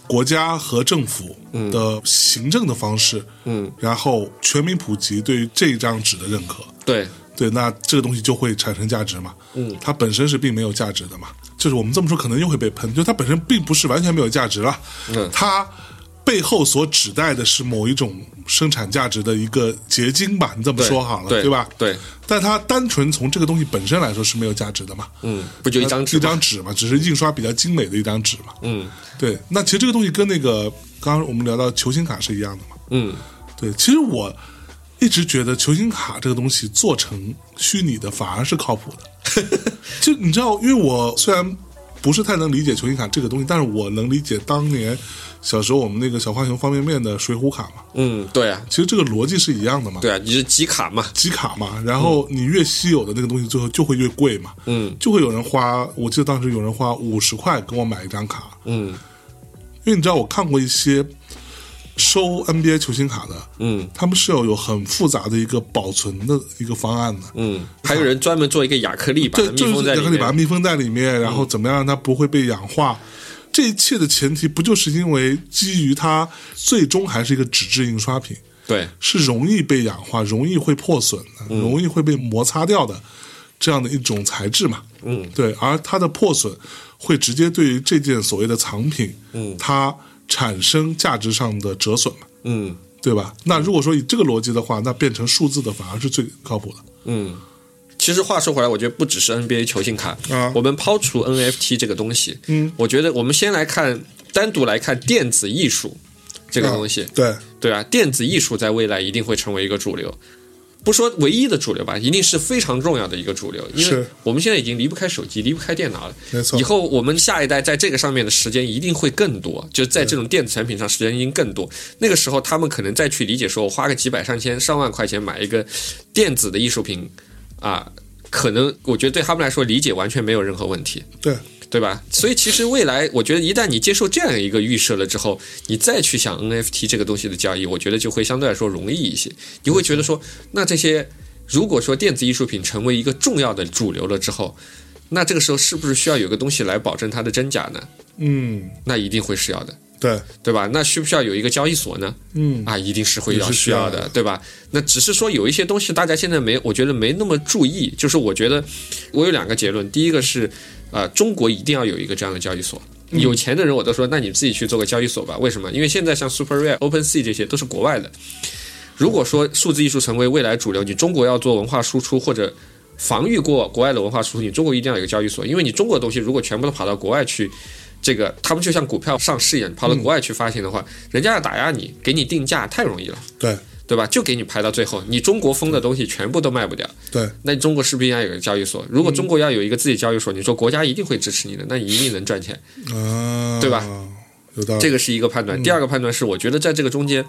S1: 国家和政府的行政的方式，
S2: 嗯，
S1: 然后全民普及对于这张纸的认可，
S2: 对，
S1: 对，那这个东西就会产生价值嘛。嗯，它本身是并没有价值的嘛。就是我们这么说，可能又会被喷，就它本身并不是完全没有价值了。
S2: 嗯
S1: 它背后所指代的是某一种生产价值的一个结晶吧，你这么
S2: 对
S1: 说好了，
S2: 对
S1: 吧？
S2: 对，
S1: 但它单纯从这个东西本身来说是没有价值的嘛。
S2: 嗯，不就一张纸
S1: 一
S2: 吗？
S1: 张纸嘛，只是印刷比较精美的一张纸嘛。
S2: 嗯
S1: 对，那其实这个东西跟那个刚刚我们聊到球星卡是一样的嘛。
S2: 嗯，
S1: 对，其实我一直觉得球星卡这个东西做成虚拟的反而是靠谱的。就你知道，因为我虽然不是太能理解球星卡这个东西，但是我能理解当年小时候我们那个小浣熊方便面的水浒卡嘛。
S2: 嗯，对啊，
S1: 其实这个逻辑是一样的嘛，
S2: 对啊，你是集卡嘛？
S1: 集卡嘛，然后你越稀有的那个东西，最后就会越贵嘛。
S2: 嗯
S1: 就会有人花，我记得当时有人花五十块跟我买一张卡，
S2: 嗯
S1: 因为你知道我看过一些收 NBA 球星卡的，
S2: 嗯
S1: 他们是要有很复杂的一个保存的一个方案的。
S2: 嗯，还有人专门做一个亚克力把
S1: 对
S2: 它，
S1: 啊就
S2: 密封
S1: 是
S2: 在
S1: 然
S2: 里
S1: 后你把它
S2: 面。
S1: 密封在里面，然后怎么样让它不会被氧化？这一切的前提不就是因为基于它最终还是一个纸质印刷品，
S2: 对
S1: 是容易被氧化、容易会破损的、
S2: 嗯
S1: 容易会被摩擦掉的这样的一种材质嘛？
S2: 嗯，
S1: 对，而它的破损会直接对于这件所谓的藏品，
S2: 嗯
S1: 它产生价值上的折损嘛？
S2: 嗯
S1: 对吧？那如果说以这个逻辑的话，那变成数字的反而是最靠谱的
S2: 嗯。其实话说回来，我觉得不只是 NBA 球星卡，
S1: 啊
S2: 我们抛除 NFT 这个东西，
S1: 嗯，
S2: 我觉得我们先来看单独来看电子艺术这个东西，
S1: 啊对，
S2: 对啊，电子艺术在未来一定会成为一个主流，不说唯一的主流吧，一定是非常重要的一个主流，因为
S1: 是
S2: 我们现在已经离不开手机，离不开电脑了。
S1: 没错
S2: 以后我们下一代在这个上面的时间一定会更多，就在这种电子产品上时间一定更多。那个时候他们可能再去理解说，我花个几百上千上万块钱买一个电子的艺术品啊，可能我觉得对他们来说理解完全没有任何问题。
S1: 对，
S2: 对吧？所以其实未来，我觉得一旦你接受这样一个预设了之后，你再去想 NFT 这个东西的交易，我觉得就会相对来说容易一些。你会觉得说，那这些如果说电子艺术品成为一个重要的主流了之后，那这个时候是不是需要有个东西来保证它的真假呢？
S1: 嗯，
S2: 那一定会是要的，
S1: 对，
S2: 对吧？那需不需要有一个交易所呢？
S1: 嗯，
S2: 啊，一定是会
S1: 也
S2: 要
S1: 是
S2: 需
S1: 需要
S2: 要
S1: 的
S2: 的，对吧？那只是说有一些东西大家现在没，我觉得没那么注意。就是我觉得我有两个结论，第一个是，呃，中国一定要有一个这样的交易所。
S1: 嗯
S2: 有钱的人我都说，那你自己去做个交易所吧。为什么？因为现在像 SuperRare、OpenSea 这些都是国外的。如果说数字艺术成为未来主流，你中国要做文化输出或者防御过国外的文化输出，你中国一定要有一个交易所，因为你中国的东西如果全部都跑到国外去，这个他们就像股票上市一样，跑到国外去发行的话，人家要打压你，给你定价太容易了，
S1: 对，
S2: 对吧？就给你排到最后，你中国风的东西全部都卖不掉，
S1: 对，
S2: 那你中国是不是应该有个交易所？如果中国要有一个自己交易所，你说国家一定会支持你的，那你一定能赚钱。
S1: 啊，
S2: 对吧？
S1: 有道理，
S2: 这个是一个判断。第二个判断是，我觉得在这个中间，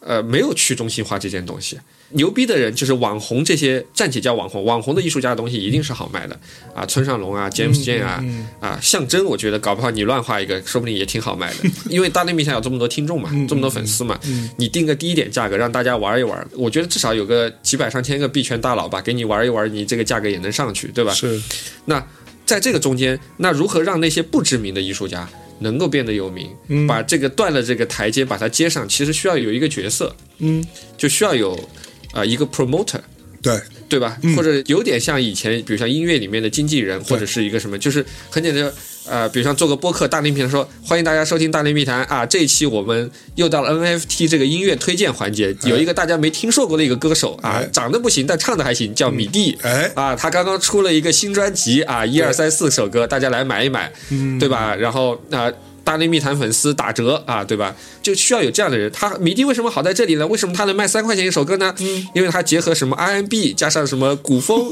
S2: 呃，没有去中心化这件东西。牛逼的人就是网红，这些暂且叫网红，网红的艺术家的东西一定是好卖的啊，村上隆啊，James Jan 啊，啊，象征，我觉得搞不好你乱画一个，说不定也挺好卖的，因为大内密探有这么多听众嘛，这么多粉丝嘛，你定个低一点价格让大家玩一玩，我觉得至少有个几百上千个币圈大佬吧，给你玩一玩，你这个价格也能上去，对吧？
S1: 是
S2: 那在这个中间，那如何让那些不知名的艺术家能够变得有名，
S1: 嗯
S2: 把这个断了这个台阶把它接上，其实需要有一个角色，
S1: 嗯，
S2: 就需要有啊、呃一个 promoter，
S1: 对，
S2: 对吧？
S1: 嗯
S2: 或者有点像以前，比如像音乐里面的经纪人，或者是一个什么，就是很简单，呃，比如像做个播客大内密谈说，欢迎大家收听大内密谈啊，这一期我们又到了 NFT 这个音乐推荐环节，有一个大家没听说过的一个歌手啊
S1: 哎，
S2: 长得不行但唱的还行，叫米蒂，
S1: 哎，
S2: 啊，他刚刚出了一个新专辑啊，一二三四首歌，大家来买一买，
S1: 嗯
S2: 对吧？然后啊、大内密谈粉丝打折啊，对吧？就需要有这样的人。他迷笛为什么好在这里呢？为什么他能卖三块钱一首歌呢？
S1: 嗯
S2: 因为他结合什么 RMB 加上什么 古风，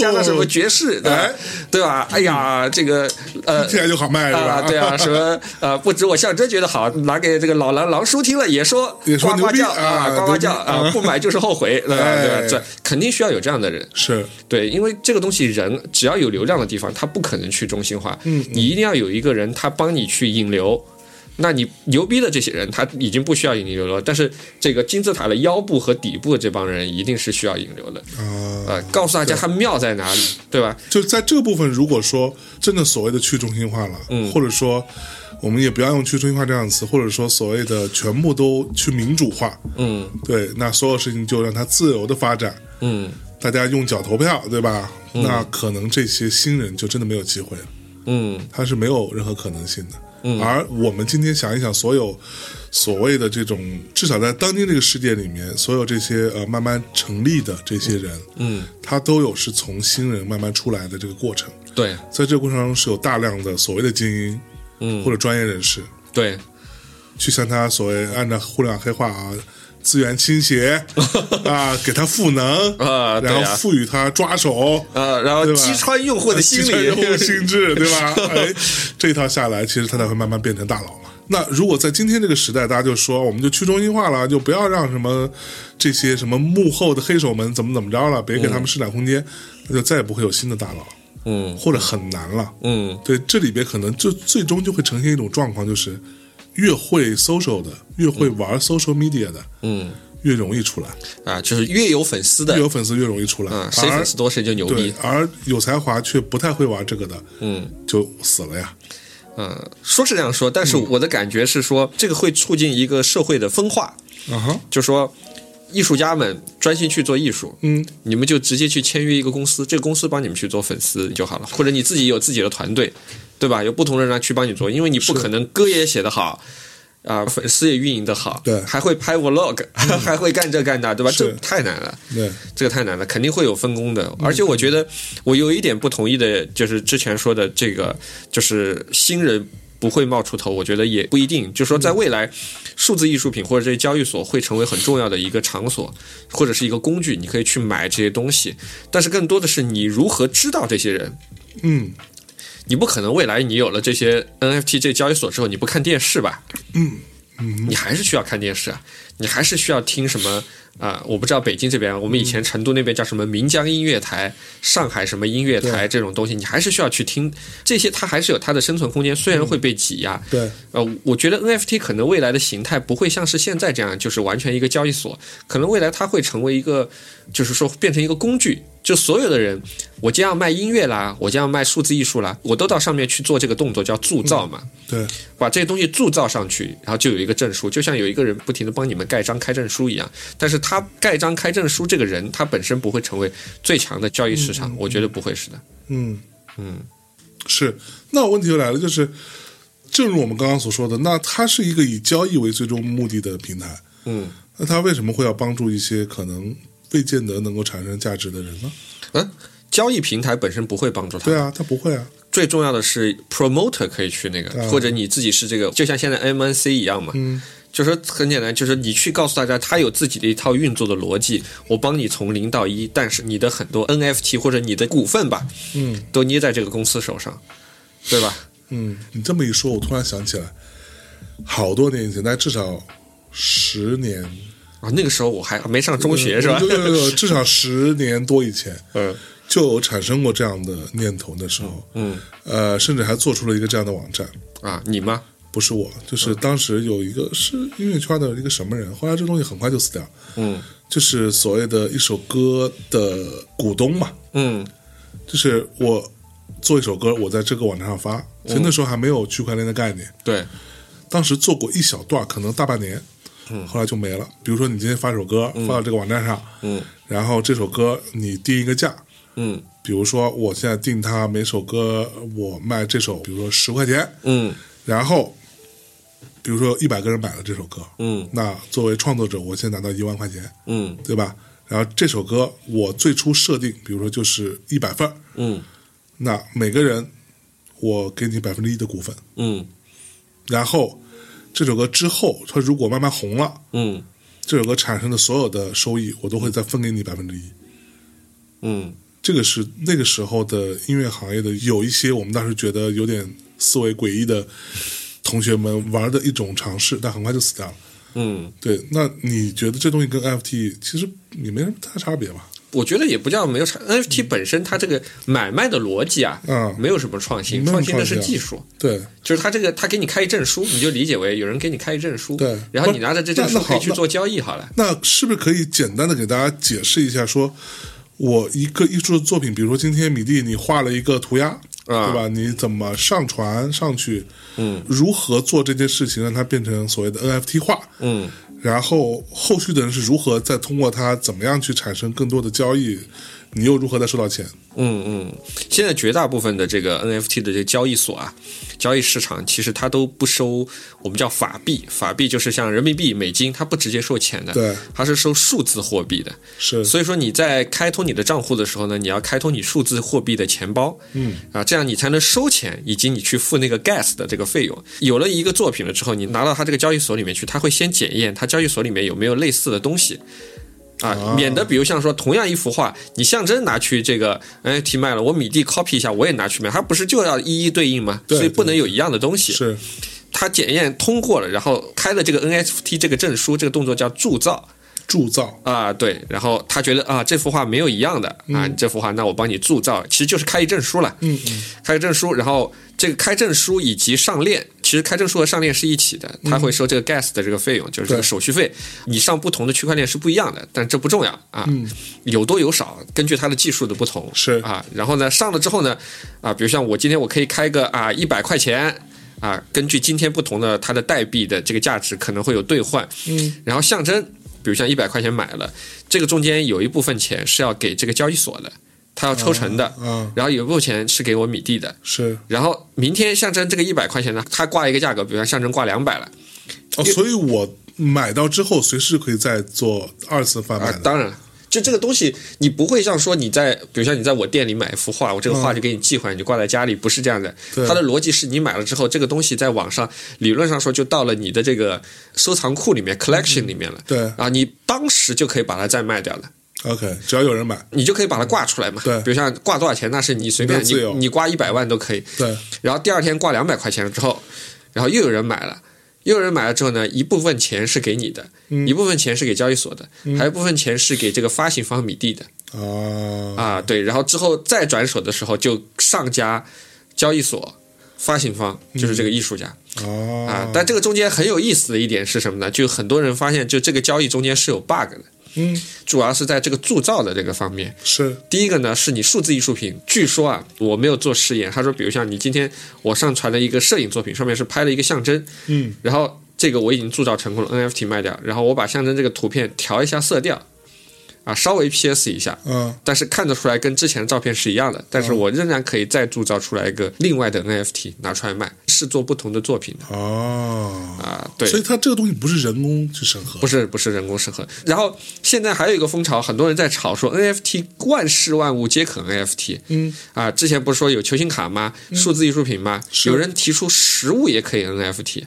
S2: 加上什么爵士，对吧
S1: 哎？
S2: 对吧？哎呀，这个呃，
S1: 现在就好卖 是吧？
S2: 啊，对啊，什么呃，不止我象征觉得好，拿给这个老狼狼叔听了也说
S1: 也说
S2: 呱
S1: 牛
S2: 呱
S1: 逼
S2: 叫
S1: 啊
S2: 啊，呱
S1: 牛
S2: 呱
S1: 逼
S2: 叫
S1: 啊
S2: 啊，不买就是后悔，对吧？对吧
S1: 哎？
S2: 这肯定需要有这样的人。
S1: 是
S2: 对，因为这个东西人只要有流量的地方，他不可能去中心化。嗯，你一定要有一个人他帮你去引流。那你牛逼的这些人，他已经不需要引流了，但是这个金字塔的腰部和底部这帮人一定是需要引流的。
S1: 啊，
S2: 呃，告诉大家它妙在哪里，对吧？
S1: 就在这部分，如果说真的所谓的去中心化了，或者说。我们也不要用去中心化这样的词，或者说所谓的全部都去民主化，
S2: 嗯
S1: 对，那所有事情就让它自由的发展，
S2: 嗯
S1: 大家用脚投票，对吧？那可能这些新人就真的没有机会了，
S2: 嗯
S1: 他是没有任何可能性的。而我们今天想一想，所有所谓的这种，至少在当今这个世界里面，所有这些呃慢慢成立的这些人，
S2: 嗯，
S1: 他都有是从新人慢慢出来的这个过程，
S2: 对
S1: 在这个过程中是有大量的所谓的精英，
S2: 嗯
S1: 或者专业人士
S2: 对，
S1: 去向他所谓按照互联网黑话啊。资源倾 斜啊，给他赋能
S2: 啊对
S1: 然
S2: 啊
S1: 后赋予他抓手，
S2: 呃，然后
S1: 对吧
S2: 击穿用户的心
S1: 击穿用户的
S2: 理，
S1: 心智，对吧？哎，这一套下来，其实他才会慢慢变成大佬嘛。那如果在今天这个时代，大家就说我们就去中心化了，就不要让什么这些什么幕后的黑手们怎么怎么着了，别给他们施展空间，那就再也不会有新的大佬，
S2: 嗯
S1: 或者很难了。
S2: 嗯
S1: 对，这里边可能就最终就会呈现一种状况，就是越会 social 的，越会玩 social media 的，
S2: 嗯
S1: 越容易出来，
S2: 啊，就是越有粉丝
S1: 越
S2: 的
S1: 有粉丝越容易出来，
S2: 啊，谁粉
S1: 而
S2: 丝多谁就牛
S1: 对
S2: 逼，，
S1: 而有才华却不太会玩这个的，
S2: 嗯。
S1: 就死了呀。
S2: 嗯，说是这样说，但
S1: 嗯
S2: 是我的感觉是说，这个会促进一个社会的分化，
S1: 啊哈，
S2: 就说艺术家们专心去做艺术，
S1: 嗯，
S2: 你们就直接去签约一个公司，这个公司帮你们去做粉丝就好了，或者你自己有自己的团队，对吧？有不同的人来去帮你做，因为你不可能歌也写得好。啊、粉丝也运营得好，
S1: 对嗯
S2: 还会拍 vlog，、还 会干这干那，对吧？这
S1: 是
S2: 太难了。
S1: 对，
S2: 这个太难了，肯定会有分工的。而且我觉得我有一点不同意的，就是之前说的这个，就是新人不会冒出头，我觉得也不一定。就说在未来，数字艺术品或者这些交易所会成为很重要的一个场所，或者是一个工具，你可以去买这些东西。但是更多的是你如何知道这些人。
S1: 嗯，
S2: 你不可能未来你有了这些 NFT 这交易所之后你不看电视吧？你还是需要看电视啊，你还是需要听什么啊、我不知道北京这边，我们以前成都那边叫什么岷江音乐台、上海什么音乐台这种东西，你还是需要去听这些，它还是有它的生存空间，虽然会被挤压。
S1: 对，
S2: 呃，我觉得 NFT 可能未来的形态不会像是现在这样，就是完全一个交易所，可能未来它会成为一个，就是说变成一个工具，就所有的人，我将要卖音乐啦，我将要卖数字艺术啦，我都到上面去做这个动作叫铸造嘛。
S1: 对，
S2: 把这些东西铸造上去，然后就有一个证书，就像有一个人不停的帮你们盖章开证书一样。但是他盖章开证书这个人，他本身不会成为最强的交易市场，我觉得不会是的。
S1: 嗯，嗯，是。那问题就来了，就是正如我们刚刚所说的，那它是一个以交易为最终目的的平台，
S2: 嗯，
S1: 那它为什么会要帮助一些可能未见得能够产生价值的人呢？
S2: 交易平台本身不会帮助他，
S1: 对啊，它不会啊，
S2: 最重要的是 promoter 可以去那个，
S1: 啊
S2: 或者你自己是这个，就像现在 MNC 一样嘛。
S1: 嗯
S2: 就说很简单，就是你去告诉大家，他有自己的一套运作的逻辑，我帮你从零到一，但是你的很多 NFT 或者你的股份吧，
S1: 嗯
S2: 都捏在这个公司手上，对吧？
S1: 嗯。你这么一说，我突然想起来，好多年以前，但至少十年
S2: 啊，那个时候我还没上中 学是吧
S1: 有？有有，至少十年多以前
S2: 嗯
S1: 就产生过这样的念头。那时候，
S2: 嗯
S1: 呃，甚至还做出了一个这样的网站。
S2: 啊，你吗？
S1: 不是我，
S2: 嗯
S1: 就是当时有一个是音乐圈的一个什么人，后来这东西很快就死掉，
S2: 嗯
S1: 就是所谓的一首歌的股东嘛，
S2: 嗯
S1: 就是我做一首歌，我在这个网站上发，其实那时候还没有区块链的概念，
S2: 对
S1: 当时做过一小段，可能大半年，后来就没了。比如说你今天发首歌发到这个网站上，
S2: 嗯
S1: 然后这首歌你定一个价，
S2: 嗯
S1: 比如说我现在定它每首歌我卖这首，比如说十块钱，
S2: 嗯
S1: 然后比如说一百个人买了这首歌，
S2: 嗯
S1: 那作为创作者，我先拿到一万块钱，
S2: 嗯
S1: 对吧？然后这首歌我最初设定，比如说就是一百份儿，
S2: 嗯
S1: 那每个人我给你百分之一的股份，
S2: 嗯
S1: 然后这首歌之后，它如果慢慢红了，
S2: 嗯
S1: 这首歌产生的所有的收益，我都会再分给你百分之一。
S2: 嗯
S1: 这个是那个时候的音乐行业的有一些我们当时觉得有点思维诡异的同学们玩的一种尝试，但很快就死掉了。
S2: 嗯，
S1: 对，那你觉得这东西跟 FT 其实也没什么太大差别吧？
S2: 我觉得也不叫没有差，NFT 本身它这个买卖的逻辑啊，
S1: 嗯
S2: 没有什么创新，
S1: 没有
S2: 创新的
S1: 创
S2: 是
S1: 新啊
S2: 技术。
S1: 对，
S2: 就是他这个，他给你开一证书，你就理解为有人给你开一证书，
S1: 对
S2: 然后你拿着这证
S1: 那
S2: 书
S1: 那好
S2: 可以去
S1: 那
S2: 做交易好了。
S1: 那是不是可以简单的给大家解释一下说？我一个艺术作品，比如说今天米蒂你画了一个涂鸦，
S2: 啊
S1: 对吧？你怎么上传上去？
S2: 嗯，
S1: 如何做这件事情，让它变成所谓的 NFT 化？
S2: 嗯
S1: 然后后续的人是如何再通过它怎么样去产生更多的交易？你又如何再收到钱？
S2: 嗯嗯，现在绝大部分的这个 NFT 的这个交易所啊，交易市场其实它都不收我们叫法币，法币就是像人民币、美金，它不直接收钱的，
S1: 对，
S2: 它是收数字货币的。
S1: 是
S2: 所以说你在开通你的账户的时候呢，你要开通你数字货币的钱包，
S1: 嗯
S2: 啊，这样你才能收钱，以及你去付那个 gas 的这个费用。有了一个作品了之后，你拿到它这个交易所里面去，它会先检验它交易所里面有没有类似的东西。啊
S1: 啊，
S2: 免得比如像说同样一幅画，你象征拿去这个 NFT 卖了，我米地 copy 一下，我也拿去卖，它不是就要一一对应吗？
S1: 对
S2: 所以不
S1: 对
S2: 能有一样的东西。
S1: 是
S2: 它检验通过了，然后开了这个 NFT 这个证书，这个动作叫铸造。
S1: 铸造，
S2: 啊，对，然后他觉得啊，这幅画没有一样的啊，你这幅画那我帮你铸造，其实就是开一证书了，
S1: 嗯嗯，
S2: 开一证书，然后这个开证书以及上链，其实开证书和上链是一起的，他会收这个 gas 的这个费用，就是
S1: 嗯
S2: 这
S1: 对
S2: 个手续费，你上不同的区块链是不一样的，但这不重要啊，有多有少，根据它的技术的不同
S1: 嗯是
S2: 啊，然后呢上了之后呢，啊，比如像我今天我可以开个啊一百块钱。啊，根据今天不同的它的代币的这个价值可能会有兑换，
S1: 嗯，
S2: 然后象征，比如像一百块钱买了，这个中间有一部分钱是要给这个交易所的，他要抽成的，
S1: 啊，
S2: 然后有一部分钱是给我米地的，
S1: 是
S2: 然后明天象征这个一百块钱呢，他挂一个价格，比如说象征挂两百了，
S1: 哦，所以我买到之后随时可以再做二次贩卖
S2: 啊，
S1: 的，
S2: 当然了。就这个东西，你不会像说你在，比如像你在我店里买一幅画，我这个画就给你寄回来，你就挂在家里，不是这样的。
S1: 对
S2: 它的逻辑是你买了之后，这个东西在网上理论上说就到了你的这个收藏库里面 collection 里面了。
S1: 对
S2: 啊，你当时就可以把它再卖掉了。
S1: ，OK，只要有人买，
S2: 你就可以把它挂出来嘛。
S1: 对
S2: 比如像挂多少钱，那是你随便
S1: 你的
S2: 你
S1: 自由
S2: 你挂一百万都可以。
S1: 对，
S2: 然后第二天挂两百块钱了之后，然后又有人买了，又有人买了之后呢，一部分钱是给你的，
S1: 嗯
S2: 一部分钱是给交易所的，还有一部分钱是给这个发行方米地的
S1: 啊，
S2: 啊。对，然后之后再转手的时候就上家交易所。发行方
S1: 嗯
S2: 就是这个艺术家、啊
S1: 啊，，
S2: 但这个中间很有意思的一点是什么呢？就很多人发现，就这个交易中间是有 bug 的，
S1: 嗯，
S2: 主要是在这个铸造的这个方面。
S1: 是
S2: 第一个呢，是你数字艺术品，据说啊，我没有做试验。他说，比如像你今天我上传了一个摄影作品，上面是拍了一个象征，
S1: 嗯，
S2: 然后这个我已经铸造成功了，NFT 卖掉，然后我把象征这个图片调一下色调，啊，稍微 PS 一下，
S1: 啊，
S2: 但是看得出来跟之前的照片是一样的，但是我仍然可以再铸造出来一个另外的 NFT 拿出来卖，是做不同的作品的
S1: 啊，
S2: 啊，对，
S1: 所以它这个东西不是人工去审核
S2: 不，是不是人工审核。然后现在还有一个风潮，很多人在吵说 NFT 万事万物皆可 NFT。
S1: 嗯
S2: 啊，之前不是说有球星卡吗？数字艺术品吗？
S1: 是
S2: 有人提出实物也可以 NFT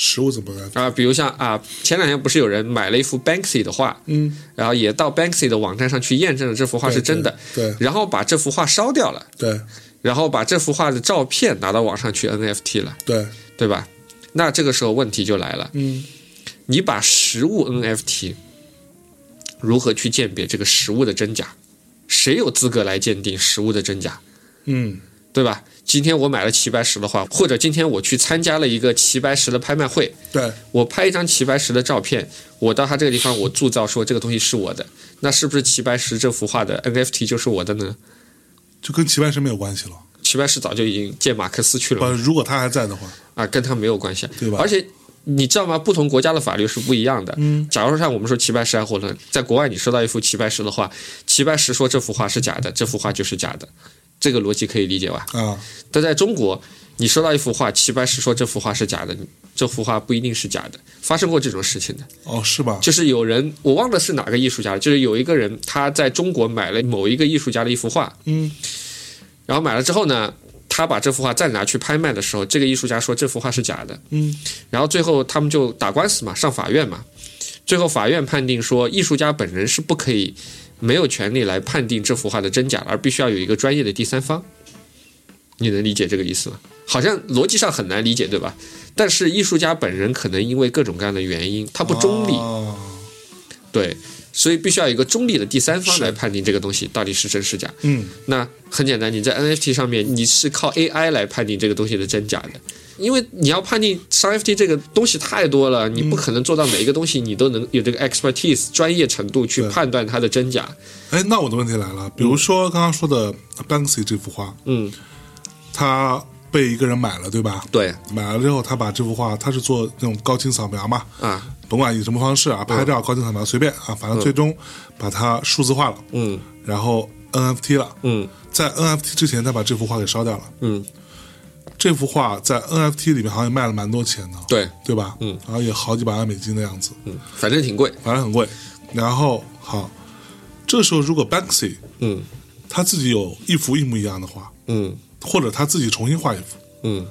S1: 食物怎么来？
S2: 啊，比如像啊，前两天不是有人买了一幅 Banksy 的画，
S1: 嗯，
S2: 然后也到 Banksy 的网站上去验证了这幅画是真的，
S1: 对
S2: 然后把这幅画烧掉了，
S1: 对
S2: 然后把这幅画的照片拿到网上去 NFT 了，
S1: 对，
S2: 对吧？那这个时候问题就来了，
S1: 嗯，
S2: 你把实物 NFT 如何去鉴别这个实物的真假？谁有资格来鉴定实物的真假？
S1: 嗯
S2: 对吧？今天我买了齐白石的画，或者今天我去参加了一个齐白石的拍卖会，
S1: 对，
S2: 我拍一张齐白石的照片，我到他这个地方，我铸造说这个东西是我的，那是不是齐白石这幅画的 NFT 就是我的呢？
S1: 就跟齐白石没有关系了。
S2: 齐白石早就已经见马克思去了
S1: 不
S2: 嘛，
S1: 如果他还在的话，
S2: 啊，跟他没有关系，
S1: 对吧
S2: 而且你知道吗？不同国家的法律是不一样的。
S1: 嗯，
S2: 假如说像我们说齐白石还活着，在国外你收到一幅齐白石的画，齐白石说这幅画是假的，这幅画就是假的，这个逻辑可以理解吧？
S1: 啊，
S2: 但在中国，你收到一幅画，齐白石说这幅画是假的，你这幅画不一定是假的，发生过这种事情的。
S1: 哦，是吧？
S2: 就是有人，我忘了是哪个艺术家了，就是有一个人他在中国买了某一个艺术家的一幅画，
S1: 嗯，
S2: 然后买了之后呢，他把这幅画再拿去拍卖的时候，这个艺术家说这幅画是假的，
S1: 嗯，
S2: 然后最后他们就打官司嘛，上法院嘛，最后法院判定说艺术家本人是不可以。没有权利来判定这幅画的真假，而必须要有一个专业的第三方。你能理解这个意思吗？好像逻辑上很难理解，对吧？但是艺术家本人可能因为各种各样的原因，他不中立，
S1: 哦
S2: 对，所以必须要有一个中立的第三方
S1: 是
S2: 来判定这个东西到底是真是假。
S1: 嗯，
S2: 那很简单，你在 NFT 上面你是靠 AI 来判定这个东西的真假的，因为你要判定商 NFT 这个东西太多了，
S1: 嗯
S2: 你不可能做到每一个东西你都能有这个 expertise 专业程度去
S1: 对
S2: 判断它的真假。
S1: 哎，那我的问题来了，比如说刚刚说的 Banksy 这幅画，
S2: 嗯，
S1: 他被一个人买了，对吧？
S2: 对
S1: 买了之后，他把这幅画，他是做那种高清扫描嘛，
S2: 啊，
S1: 甭管以什么方式啊，拍
S2: 嗯
S1: 照、高清扫描随便啊，反正最终把它数字化了，
S2: 嗯
S1: 然后 NFT 了。
S2: 嗯
S1: 在 NFT 之前，他把这幅画给烧掉了。
S2: 嗯，
S1: 这幅画在 NFT 里面好像也卖了蛮多钱的，
S2: 对，
S1: 对吧？嗯，然后也好几百万美金的样子，
S2: 嗯，反正挺贵。
S1: 反正很贵。然后好，这时候如果 Banksy
S2: 嗯
S1: 他自己有一幅一模一样的画，
S2: 嗯
S1: 或者他自己重新画一幅，
S2: 嗯，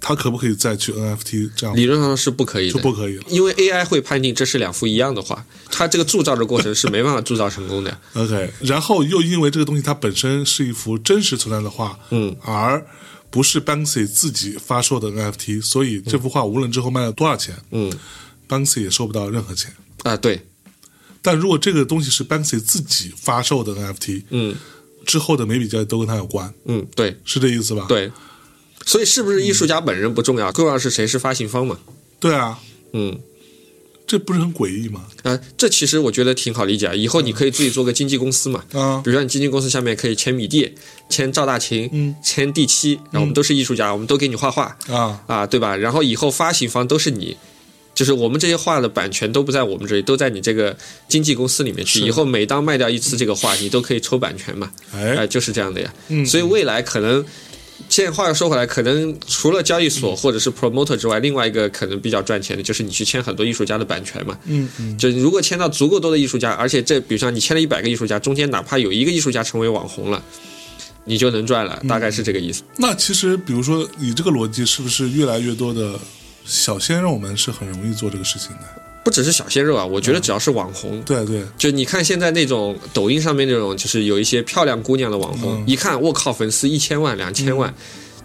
S1: 他可不可以再去 NFT 这样
S2: 理论上是不可以
S1: 就
S2: 的，
S1: 不可以了
S2: 因为 AI 会判定这是两幅一样的画，它这个铸造的过程是没办法铸造成功的。
S1: ？OK，然后又因为这个东西它本身是一幅真实存在的画，
S2: 嗯，
S1: 而不是 Banksy 自己发售的 NFT，所以这幅画无论之后卖了多少钱、
S2: 嗯
S1: b a n k s y 也收不到任何钱。
S2: 啊，对，
S1: 但如果这个东西是 Banksy 自己发售的 NFT，
S2: 嗯
S1: 之后的每笔交易都跟他有关，
S2: 嗯，对
S1: 是这意思吧？
S2: 对，所以是不是艺术家本人不重要，重要是谁是发行方嘛？
S1: 对啊，
S2: 嗯
S1: 这不是很诡异吗？
S2: 啊，这其实我觉得挺好理解啊，以后你可以自己做个经纪公司嘛。
S1: 啊，
S2: 比如说，你经纪公司下面可以签米蒂、签赵大琴、
S1: 嗯
S2: 签第七，然后我们都是艺术家，我们都给你画画，
S1: 啊，
S2: 啊，对吧？然后以后发行方都是你，就是我们这些画的版权都不在我们这里，都在你这个经纪公司里面去。
S1: 是
S2: 以后每当卖掉一次这个画，你都可以抽版权嘛？哎、
S1: 哎，
S2: 就是这样的呀。
S1: 嗯
S2: 所以未来可能，现在话又说回来，可能除了交易所或者是 promoter 之外，另外一个可能比较赚钱的就是你去签很多艺术家的版权嘛。
S1: 嗯嗯，
S2: 就如果签到足够多的艺术家，而且这比如像你签了一百个艺术家，中间哪怕有一个艺术家成为网红了，你就能赚
S1: 嗯
S2: 了，大概是这个意思。
S1: 那其实比如说你这个逻辑，是不是越来越多的小鲜肉们是很容易做这个事情的？
S2: 不只是小鲜肉啊，我
S1: 嗯
S2: 觉得只要是网红，
S1: 对对，
S2: 就你看现在那种抖音上面那种，就是有一些漂亮姑娘的网红，
S1: 嗯
S2: 一看我靠，粉丝一千万、两千万，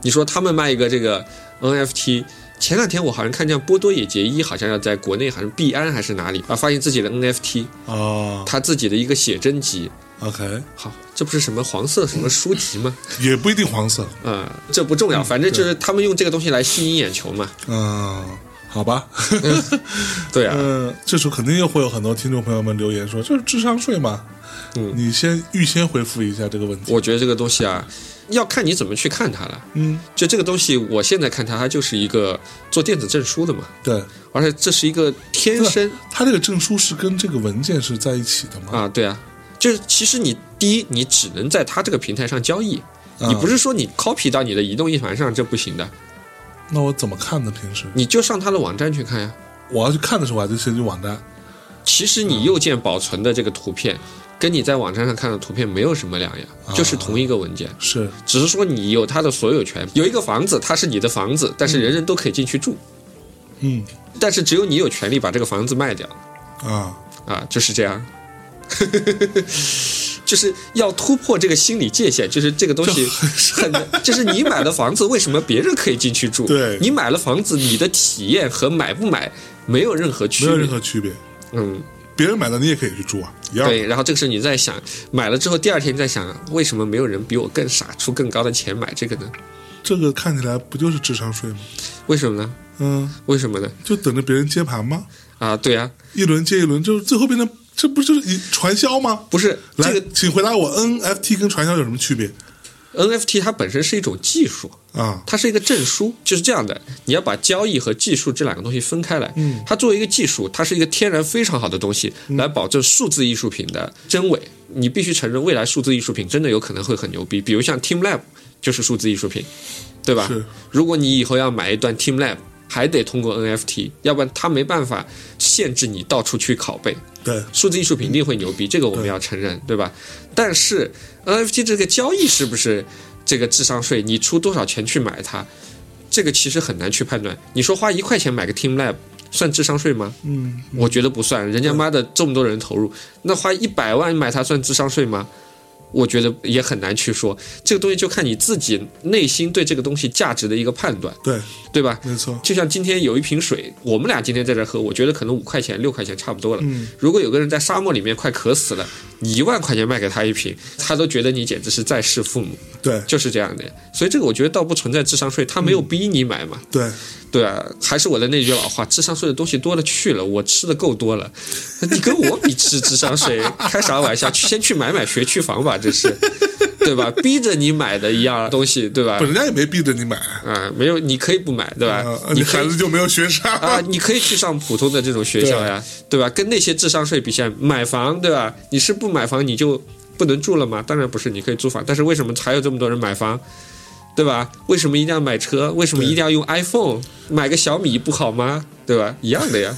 S2: 你说他们卖一个这个 NFT，前两天我好像看见波多野结衣好像要在国内好像币安还是哪里啊，发行自己的 NFT，
S1: 啊
S2: 他自己的一个写真集，
S1: ，OK，
S2: 好，这不是什么黄色什么书籍吗？
S1: 也不一定黄色，
S2: 啊、这不重要，反正就是他们用这个东西来吸引眼球嘛，
S1: 嗯，好吧，
S2: 对啊，
S1: 嗯，这时候肯定又会有很多听众朋友们留言说，就是智商税嘛，
S2: 嗯
S1: 你先预先回复一下这个问题，
S2: 我觉得这个东西啊，要看你怎么去看它了。
S1: 嗯，
S2: 就这个东西，我现在看它，它就是一个做电子证书的嘛。
S1: 对，
S2: 而且这是一个天 生
S1: 他这个证书是跟这个文件是在一起的吗？
S2: 啊，对啊，就是其实你第一，你只能在它这个平台上交易，
S1: 啊
S2: 你不是说你 copy 到你的移动硬盘上这不行的，
S1: 那我怎么看呢？平时
S2: 你就上它的网站去看呀。
S1: 我要去看的时候，我还得先去网站。
S2: 其实你右键保存的这个图
S1: 啊
S2: 片，跟你在网站上看的图片没有什么两样，就是同一个文件，
S1: 是
S2: 只是说你有它的所有权。有一个房子，它是你的房子，但是人人都可以进去住，
S1: 嗯
S2: 但是只有你有权利把这个房子卖掉。
S1: 啊，
S2: 啊，就是这样。 就是要突破这个心理界限，就是这个东西很，就是你买了房子，为什么别人可以进去住？
S1: 对
S2: 你买了房子，你的体验和买不买没有任何区
S1: 没有任
S2: 别。
S1: 何区别。
S2: 嗯，
S1: 别人买的你也可以去住啊，一样。
S2: 对。然后这个时候你在想，买了之后第二天你在想，为什么没有人比我更傻，出更高的钱买这个呢？
S1: 这个看起来不就是智商税吗？
S2: 为什么呢？
S1: 嗯，
S2: 为什么呢？
S1: 就等着别人接盘吗？
S2: 啊，对啊，
S1: 一轮接一轮，就最后变成这不就是一传销吗？
S2: 不是
S1: 来，
S2: 这个
S1: 请回答我，NFT 跟传销有什么区别
S2: NFT 它本身是一种技术，
S1: 啊？
S2: 它是一个证书，就是这样的。你要把交易和技术这两个东西分开来。
S1: 嗯，
S2: 它作为一个技术，它是一个天然非常好的东西，来保证数字艺术品的真伪。你必须承认，未来数字艺术品真的有可能会很牛逼，比如像 TeamLab 就是数字艺术品，对吧？
S1: 是
S2: 如果你以后要买一段 TeamLab，还得通过 NFT，要不然它没办法限制你到处去拷贝。
S1: 对，
S2: 数字艺术品一定会牛逼，这个我们要承认，对吧？但是 NFT 这个交易是不是这个智商税？你出多少钱去买它，这个其实很难去判断。你说花一块钱买个 TeamLab 算智商税吗？
S1: 嗯，
S2: 我觉得不算，人家妈的这么多人投入，那花一百万买它算智商税吗？我觉得也很难去说，这个东西就看你自己内心对这个东西价值的一个判断，
S1: 对，
S2: 对吧？
S1: 没错，
S2: 就像今天有一瓶水，我们俩今天在这儿喝，我觉得可能五块钱、六块钱差不多了。
S1: 嗯
S2: 如果有个人在沙漠里面快渴死了，你一万块钱卖给他一瓶，他都觉得你简直是在世父母，
S1: 对
S2: 就是这样的。所以这个我觉得倒不存在智商税，他没
S1: 嗯
S2: 有逼你买嘛，
S1: 对，
S2: 对啊，还是我的那句老话，智商税的东西多了去了，我吃的够多了，你跟我比吃智商税，开啥玩笑？先去买买学区房吧，这是，对吧？逼着你买的一样东西，对吧
S1: 本？人家也没逼着你买，
S2: 啊、没有，你可以不买，对吧？
S1: 啊，
S2: 你
S1: 你
S2: 可以
S1: 孩子就没有学上
S2: 啊，你可以去上普通的这种学校呀，对吧？跟那些智商税比起来，买房对吧？你是不买房你就不能住了吗？当然不是，你可以租房。但是为什么还有这么多人买房，对吧？为什么一定要买车？为什么一定要用 iPhone？买个小米不好吗？对吧？一样的呀。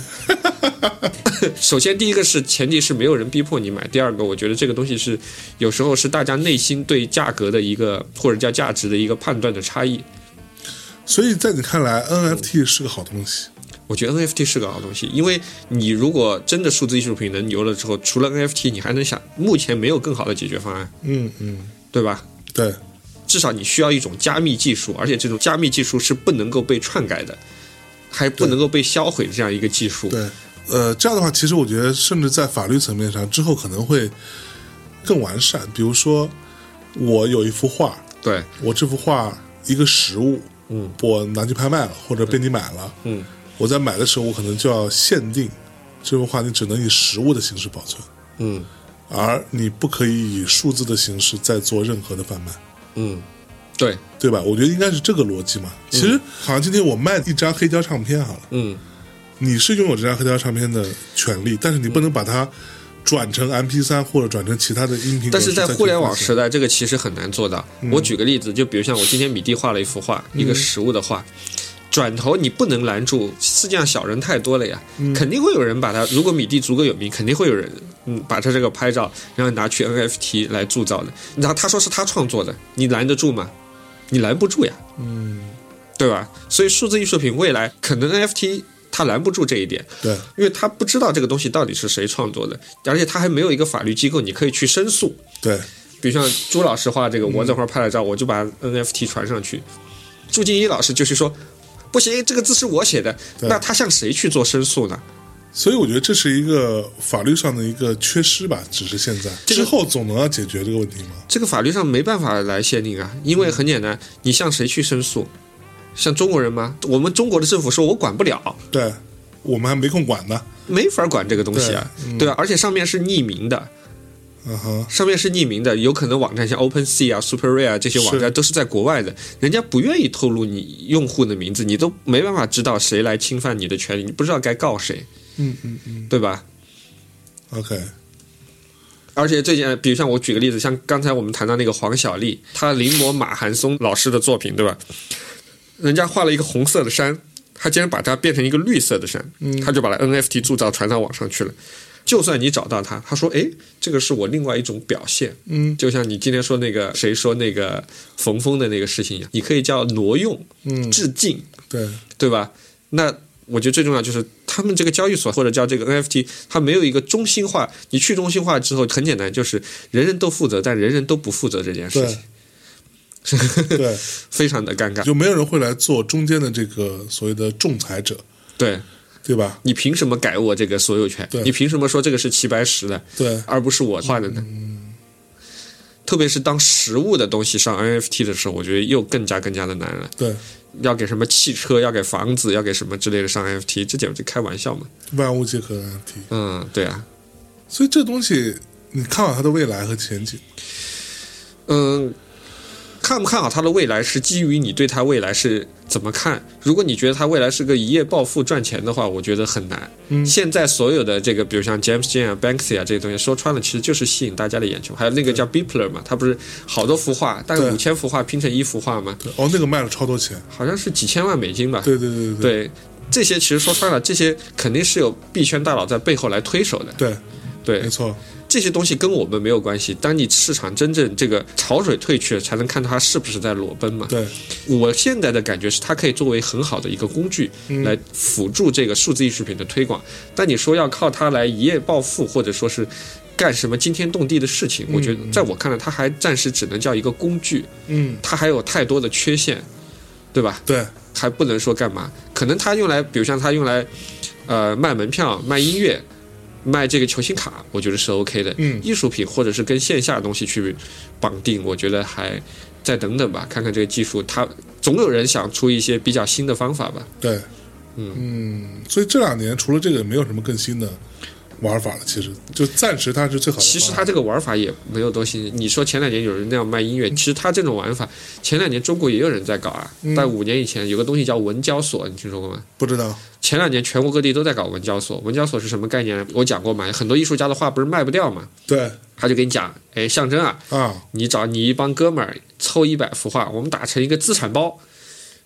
S2: 首先，第一个是前提是没有人逼迫你买；第二个，我觉得这个东西是有时候是大家内心对价格的一个或者叫价值的一个判断的差异。
S1: 所以在你看来，NFT 是个好东西。
S2: 我觉得 NFT 是个好东西，因为你如果真的数字艺术品能牛了之后，除了 NFT，你还能想，目前没有更好的解决方案，
S1: 嗯嗯，
S2: 对吧？
S1: 对，
S2: 至少你需要一种加密技术，而且这种加密技术是不能够被篡改的，还不能够被销毁的这样一个技术。
S1: 对，呃，这样的话，其实我觉得，甚至在法律层面上，之后可能会更完善。比如说，我有一幅画，
S2: 对
S1: 我这幅画一个实物，
S2: 嗯，
S1: 我拿去拍卖了，或者被你买了，
S2: 嗯，
S1: 我在买的时候，我可能就要限定这幅画，你只能以实物的形式保存，
S2: 嗯
S1: 而你不可以以数字的形式再做任何的贩卖。
S2: 嗯，对，
S1: 对吧？我觉得应该是这个逻辑嘛。其实，好像今天我卖一张黑胶唱片好了，
S2: 嗯
S1: 你是拥有这张黑胶唱片的权利，但是你不能把它转成 MP 三或者转成其他的音频格
S2: 但
S1: 式
S2: 是
S1: 再去分嗯
S2: 在
S1: 享。
S2: 互联网时代，这个其实很难做到。我举个例子，就比如像我今天米蒂画了一幅画，一
S1: 嗯
S2: 个实物的画，转头你不能拦住，世界上小人太多了呀，
S1: 嗯
S2: 肯定会有人把它。如果米蒂足够有名，肯定会有人嗯把他这个拍照，然后拿去 NFT 来铸造的。然后他说是他创作的，你拦得住吗？你拦不住呀，嗯，对吧？所以数字艺术品未来可能 NFT 它拦不住这一点，
S1: 对
S2: 因为他不知道这个东西到底是谁创作的，而且他还没有一个法律机构你可以去申诉。
S1: 对
S2: 比如像朱老师画这个，我这会儿拍了照，我就把 NFT 传上去。朱静一老师就是说，不行，这个字是我写的，
S1: 对
S2: 那他向谁去做申诉呢？
S1: 所以我觉得这是一个法律上的一个缺失吧，只是现在、
S2: 这个
S1: 之后总能要解决这个问题嘛。
S2: 这个法律上没办法来限定啊，因为很简单，你向谁去申诉？向中国人吗？我们中国的政府说我管不了，
S1: 对，我们还没空管呢。
S2: 没法管这个东西啊，对啊，而且上面是匿名的，
S1: 嗯哼，
S2: 上面是匿名的，有可能网站像 OpenSea 啊、SuperRare 啊这些网
S1: 是
S2: 站都是在国外的，人家不愿意透露你用户的名字，你都没办法知道谁来侵犯你的权利，你不知道该告谁，
S1: 嗯嗯嗯
S2: 对吧？
S1: ，OK，
S2: 而且最近，呃比如像我举个例子，像刚才我们谈到那个黄小丽，她临摹马寒松老师的作品，对吧？人家画了一个红色的山，她竟然把它变成一个绿色的山，
S1: 嗯
S2: 她就把它 NFT 铸造传到网上去了。就算你找到他，他说：“诶，这个是我另外一种表现。”
S1: 嗯，
S2: 就像你今天说那个谁说那个冯峰的那个事情一样，你可以叫挪用、
S1: 嗯，
S2: 致敬，
S1: 对
S2: 对吧？那我觉得最重要就是他们这个交易所或者叫这个 NFT，它没有一个中心化。你去中心化之后，很简单，就是人人都负责，但人人都不负责这件事
S1: 对
S2: 情，
S1: 对， 啊
S2: 非常的尴尬。
S1: 就没有人会来做中间的这个所谓的仲裁者。
S2: 对，
S1: 对吧？
S2: 你凭什么改我这个所有权
S1: 对？
S2: 你凭什么说这个是齐白石的，
S1: 对，
S2: 而不是我画的呢？特别是当实物的东西上 NFT 的时候，我觉得又更加更加的难了。
S1: 对，
S2: 要给什么汽车，要给房子，要给什么之类的上 NFT，这简直开玩笑嘛！
S1: 万物皆可 NFT。
S2: 嗯，对啊，
S1: 所以这东西，你看好它的未来和前景，
S2: 嗯，看不看好它的未来是基于你对它未来是怎么看。如果你觉得它未来是个一夜暴富赚钱的话，我觉得很难。
S1: 嗯
S2: 现在所有的这个，比如像 James Jan 啊、Banksy 啊这些东西，说穿了其实就是吸引大家的眼球。还有那个叫 Bipler 嘛，他不是好多幅画，大概
S1: 对
S2: 五千幅画拼成一幅画嘛，
S1: 对，哦，那个卖了超多钱，
S2: 好像是几千万美金吧？
S1: 对对对对
S2: 对这些其实说穿了，这些肯定是有币圈大佬在背后来推手的。
S1: 对
S2: 对
S1: 对，没，错，
S2: 这些东西跟我们没有关系。当你市场真正这个潮水退去了，才能看它是不是在裸奔嘛。
S1: 对
S2: 我现在的感觉是，它可以作为很好的一个工具
S1: 嗯
S2: 来辅助这个数字艺术品的推广。但你说要靠它来一夜暴富，或者说是干什么惊天动地的事情，我觉得在我看来，它还暂时只能叫一个工具，
S1: 嗯，
S2: 它还有太多的缺陷，对吧？
S1: 对
S2: 还不能说干嘛，可能它用来，比如像它用来，呃，卖门票、卖音乐、卖这个球星卡，我觉得是 OK 的。
S1: 嗯
S2: 艺术品或者是跟线下的东西去绑定，我觉得还再等等吧，看看这个技术，它总有人想出一些比较新的方法吧。
S1: 对，嗯所以这两年除了这个，没有什么更新的玩法了。其实就暂时它是最好的方案。
S2: 其实它这个玩法也没有多新。你说前两年有人那样卖音乐，其实它这种玩法，前两年中国也有人在搞啊。
S1: 嗯
S2: 在五年以前，有个东西叫文交所，你听说过吗？
S1: 不知道，
S2: 前两年全国各地都在搞文交所，文交所是什么概念呢？我讲过嘛，很多艺术家的画不是卖不掉嘛，
S1: 对
S2: 他就给你讲，哎，象征啊，
S1: 啊，
S2: 你找你一帮哥们儿凑一百幅画，我们打成一个资产包，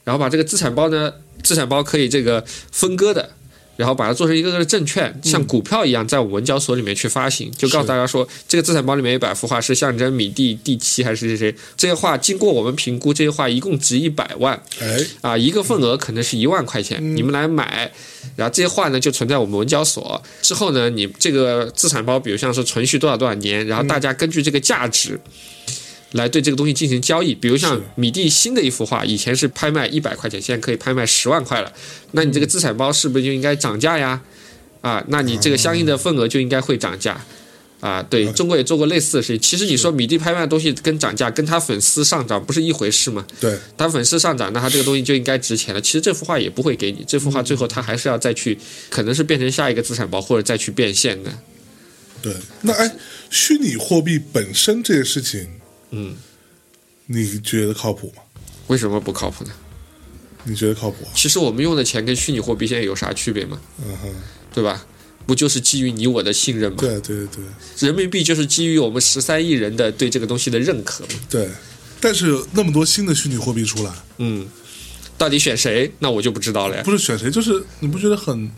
S2: 然后把这个资产包呢，资产包可以这个分割的，然后把它做成一个个的证券，像股票一样，在我们文交所里面去发行，就告诉大家说，这个资产包里面有一百幅画是象征米蒂第七还是谁谁谁，这些画经过我们评估，这些画一共值一百万，
S1: 哎，
S2: 啊，一个份额可能是一万块钱，你们来买，然后这些画呢就存在我们文交所。之后呢，你这个资产包，比如像是存续多少多少年，然后大家根据这个价值。来对这个东西进行交易，比如像
S1: 是
S2: 米蒂新的一幅画，以前是拍卖一百块钱，现在可以拍卖十万块了。那你这个资产包是不是就应该涨价呀？啊，那你这个相应的份额就应该会涨价。啊，对中国也做过类似的事情。其实你说米蒂拍卖的东西跟涨价，跟他粉丝上涨不是一回事吗？
S1: 对
S2: 当粉丝上涨，那他这个东西就应该值钱了。其实这幅画也不会给你，这幅
S1: 嗯
S2: 画最后他还是要再去，可能是变成下一个资产包，或者再去变现的。
S1: 对。那哎，虚拟货币本身这些事情，
S2: 嗯，
S1: 你觉得靠谱吗？
S2: 为什么不靠谱呢？
S1: 你觉得靠谱啊？
S2: 其实我们用的钱跟虚拟货币现在有啥区别吗？
S1: 嗯哼，
S2: 对吧？不就是基于你我的信任吗？
S1: 对对对
S2: 人民币就是基于我们十三亿人的对这个东西的认可嘛。
S1: 对。但是那么多新的虚拟货币出来，
S2: 嗯，到底选谁？那我就不知道了呀。
S1: 不是选谁，就是你不觉得很？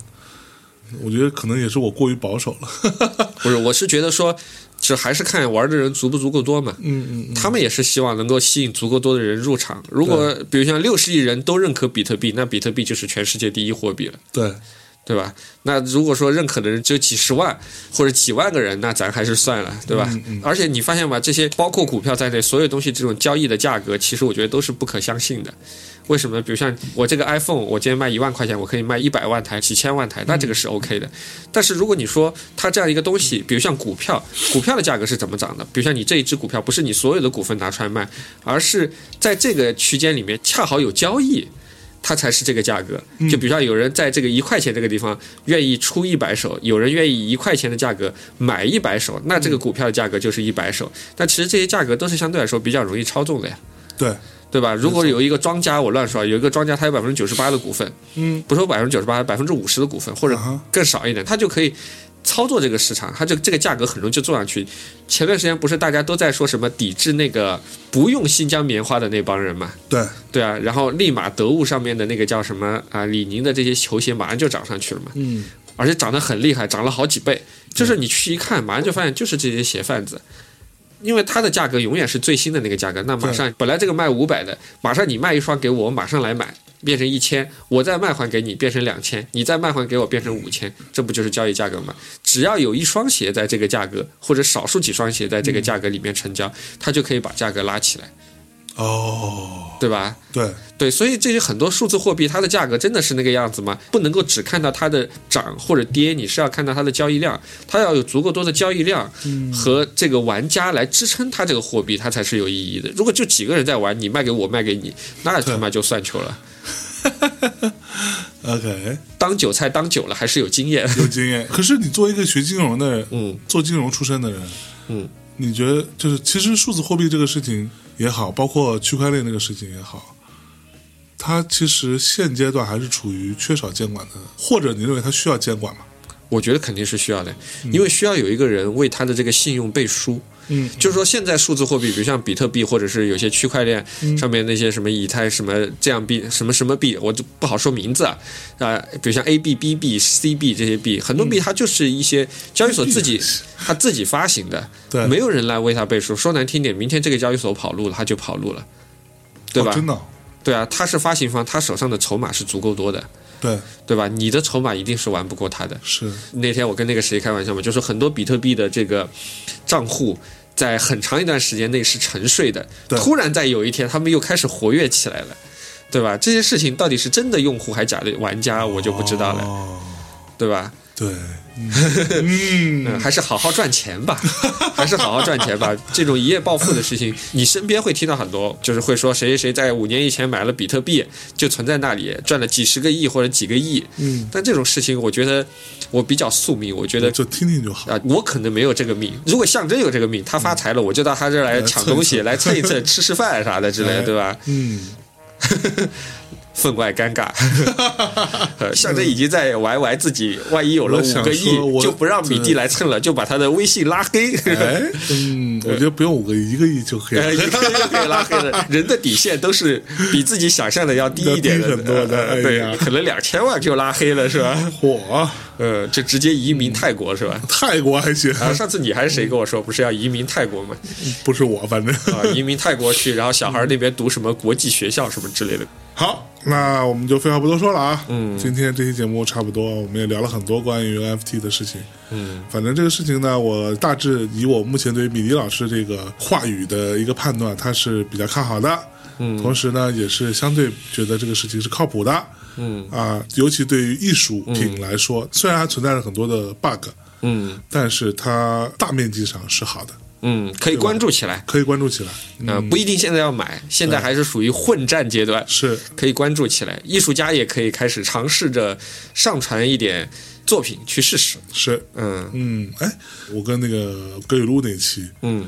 S1: 我觉得可能也是我过于保守了。
S2: 不是，我是觉得说，这还是看玩的人足不足够多嘛。
S1: 嗯嗯嗯，
S2: 他们也是希望能够吸引足够多的人入场。如果比如像六十亿人都认可比特币，那比特币就是全世界第一货币了，
S1: 对
S2: 对吧？那如果说认可的人只有几十万或者几万个人，那咱还是算了，对吧？而且你发现吧，这些包括股票在内，所有东西这种交易的价格，其实我觉得都是不可相信的。为什么？比如像我这个 iPhone，我今天卖一万块钱，我可以卖一百万台、几千万台，那这个是 OK 的。但是如果你说它这样一个东西，比如像股票，股票的价格是怎么涨的？比如像你这一只股票，不是你所有的股份拿出来卖，而是在这个区间里面恰好有交易。它才是这个价格，就比如像有人在这个一块钱这个地方愿意出一百手，有人愿意以一块钱的价格买一百手，那这个股票的价格就是一百手。但其实这些价格都是相对来说比较容易操纵的呀。
S1: 对，
S2: 对吧？如果有一个庄家，我乱说啊，有一个庄家他有百分之九十八的股份，
S1: 嗯，
S2: 不说百分之九十八，百分之五十的股份或者
S1: 啊哈
S2: 更少一点，他就可以操作这个市场，他这这个价格很容易就做上去。前段时间不是大家都在说什么抵制那个不用新疆棉花的那帮人嘛？
S1: 对
S2: 对啊，然后立马得物上面的那个叫什么啊，李宁的这些球鞋马上就涨上去了嘛，
S1: 嗯，
S2: 而且涨得很厉害，涨了好几倍。就是你去一看，马上就发现就是这些鞋贩子，因为它的价格永远是最新的那个价格，那马上本来这个卖五百的，马上你卖一双给我，我马上来买，变成一千，我再卖还给你，变成两千，你再卖还给我，变成五千，这不就是交易价格吗？只要有一双鞋在这个价格，或者少数几双鞋在这个价格里面成交，它就可以把价格拉起来。
S1: 哦，
S2: 对吧？
S1: 对，
S2: 对，所以这些很多数字货币，它的价格真的是那个样子吗？不能够只看到它的涨或者跌，你是要看到它的交易量，它要有足够多的交易量和这个玩家来支撑它这个货币，它才是有意义的。如果就几个人在玩，你卖给我，卖给你，那他妈就算球了。
S1: OK，
S2: 当韭菜当久了还是有经验。
S1: 有经验。可是你作为一个学金融的人，
S2: 嗯，
S1: 做金融出身的人，
S2: 嗯，
S1: 你觉得就是其实数字货币这个事情也好，包括区块链那个事情也好，它其实现阶段还是处于缺少监管的，或者你认为它需要监管吗？
S2: 我觉得肯定是需要的，因为需要有一个人为他的这个信用背书。
S1: 嗯，
S2: 就是说，现在数字货币，比如像比特币，或者是有些区块链
S1: 嗯
S2: 上面那些什么以太、什么这样币、什么什么币，我就不好说名字啊。啊、比如像 A B、B B、C B 这些币，很
S1: 嗯
S2: 多币它就是一些交易所自己它自己发行的，
S1: 对，
S2: 没有人来为它背书。说难听点，明天这个交易所跑路了，它就跑路了，对吧？
S1: 哦真的哦，
S2: 对啊，它是发行方，它手上的筹码是足够多的，
S1: 对，
S2: 对吧？你的筹码一定是玩不过它的。
S1: 是，
S2: 那天我跟那个谁开玩笑嘛，就说很多比特币的这个账户在很长一段时间内是沉睡的，
S1: 对
S2: 突然在有一天他们又开始活跃起来了，对吧？这些事情到底是真的用户还假的玩家，我就不知道了，
S1: 哦，
S2: 对吧？
S1: 对，嗯，
S2: 嗯，还是好好赚钱吧，还是好好赚钱吧。这种一夜暴富的 事情，你身边会听到很多，就是会说谁谁谁在五年以前买了比特币，就存在那里赚了几十个亿或者几个亿。
S1: 嗯，
S2: 但这种事情，我觉得我比较宿命，我觉得
S1: 就听听就好。
S2: 啊，我可能没有这个命。如果象征有这个命，他发财了，我就到他这儿来抢 东西，来
S1: 来呃蹭
S2: 蹭
S1: 一
S2: 一
S1: 蹭
S2: 蹭、吃吃饭啥的之类的，
S1: 哎
S2: 对吧？
S1: 嗯，
S2: 分外尴 尬。呃象征已经在玩玩自己，万一有了
S1: 我想
S2: 五个
S1: 说
S2: 亿，
S1: 我
S2: 就不让米蒂来蹭了，就把他的微信拉黑。
S1: 哎，嗯，我觉得不用五个亿，一个亿就可以
S2: 呃，一
S1: 了。
S2: 个就可以拉黑了。人的底线都是比自己想象的要低一点 的，
S1: 要低很多的
S2: 呃
S1: 哎
S2: 对
S1: 呀
S2: 可能两千万就拉黑了，是吧？
S1: 火，
S2: 呃，就直接移民泰国，是吧？
S1: 泰国还行，
S2: 啊，上次你还是谁跟我说，不是要移民泰国吗？
S1: 不是我，反正。
S2: 啊，移民泰国去，然后小孩那边读什么国际学校什么之类的。
S1: 好，那我们就废话不多说了啊。嗯，今天这期节目差不多，我们也聊了很多关于 NFT 的事情。
S2: 嗯，
S1: 反正这个事情呢，我大致以我目前对米迪老师这个话语的一个判断，他是比较看好的。嗯，同时呢，也是相对觉得这个事情是靠谱的。
S2: 嗯
S1: 啊，尤其对于艺术品来说，虽然它存在着很多的 bug，
S2: 嗯
S1: 但是它大面积上是好的，
S2: 嗯，可以关注起来。
S1: 可以关注起来。嗯，
S2: 嗯、不一定现在要买，现在还是属于混战阶段，
S1: 是
S2: 可以关注起来。艺术家也可以开始尝试着上传一点作品去试试。
S1: 是，
S2: 嗯
S1: 嗯，哎，我跟那个葛雨露那期，
S2: 嗯，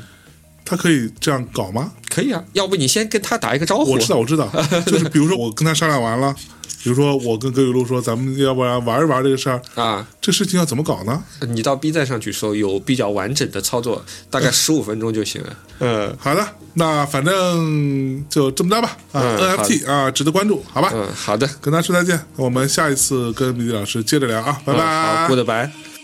S1: 他可以这样搞吗？
S2: 可以啊。要不你先跟他打一个招呼。
S1: 我知道，我 知道，就是比如说我跟他商量完了，比如说我跟葛雨露说，咱们要不然玩一玩这个事儿，
S2: 啊，
S1: 这事情要怎么搞呢？
S2: 你到 B 站上去搜，有比较完整的操作，大概十五分钟就行了。嗯
S1: 好的，那反正就这么着吧。啊、
S2: 嗯
S1: n f t 啊，值得关注，好吧？
S2: 嗯，好的，
S1: 跟大家说再见，我们下一次跟米迪老师接着聊啊，拜
S2: 嗯
S1: 拜。
S2: 好，Goodbye。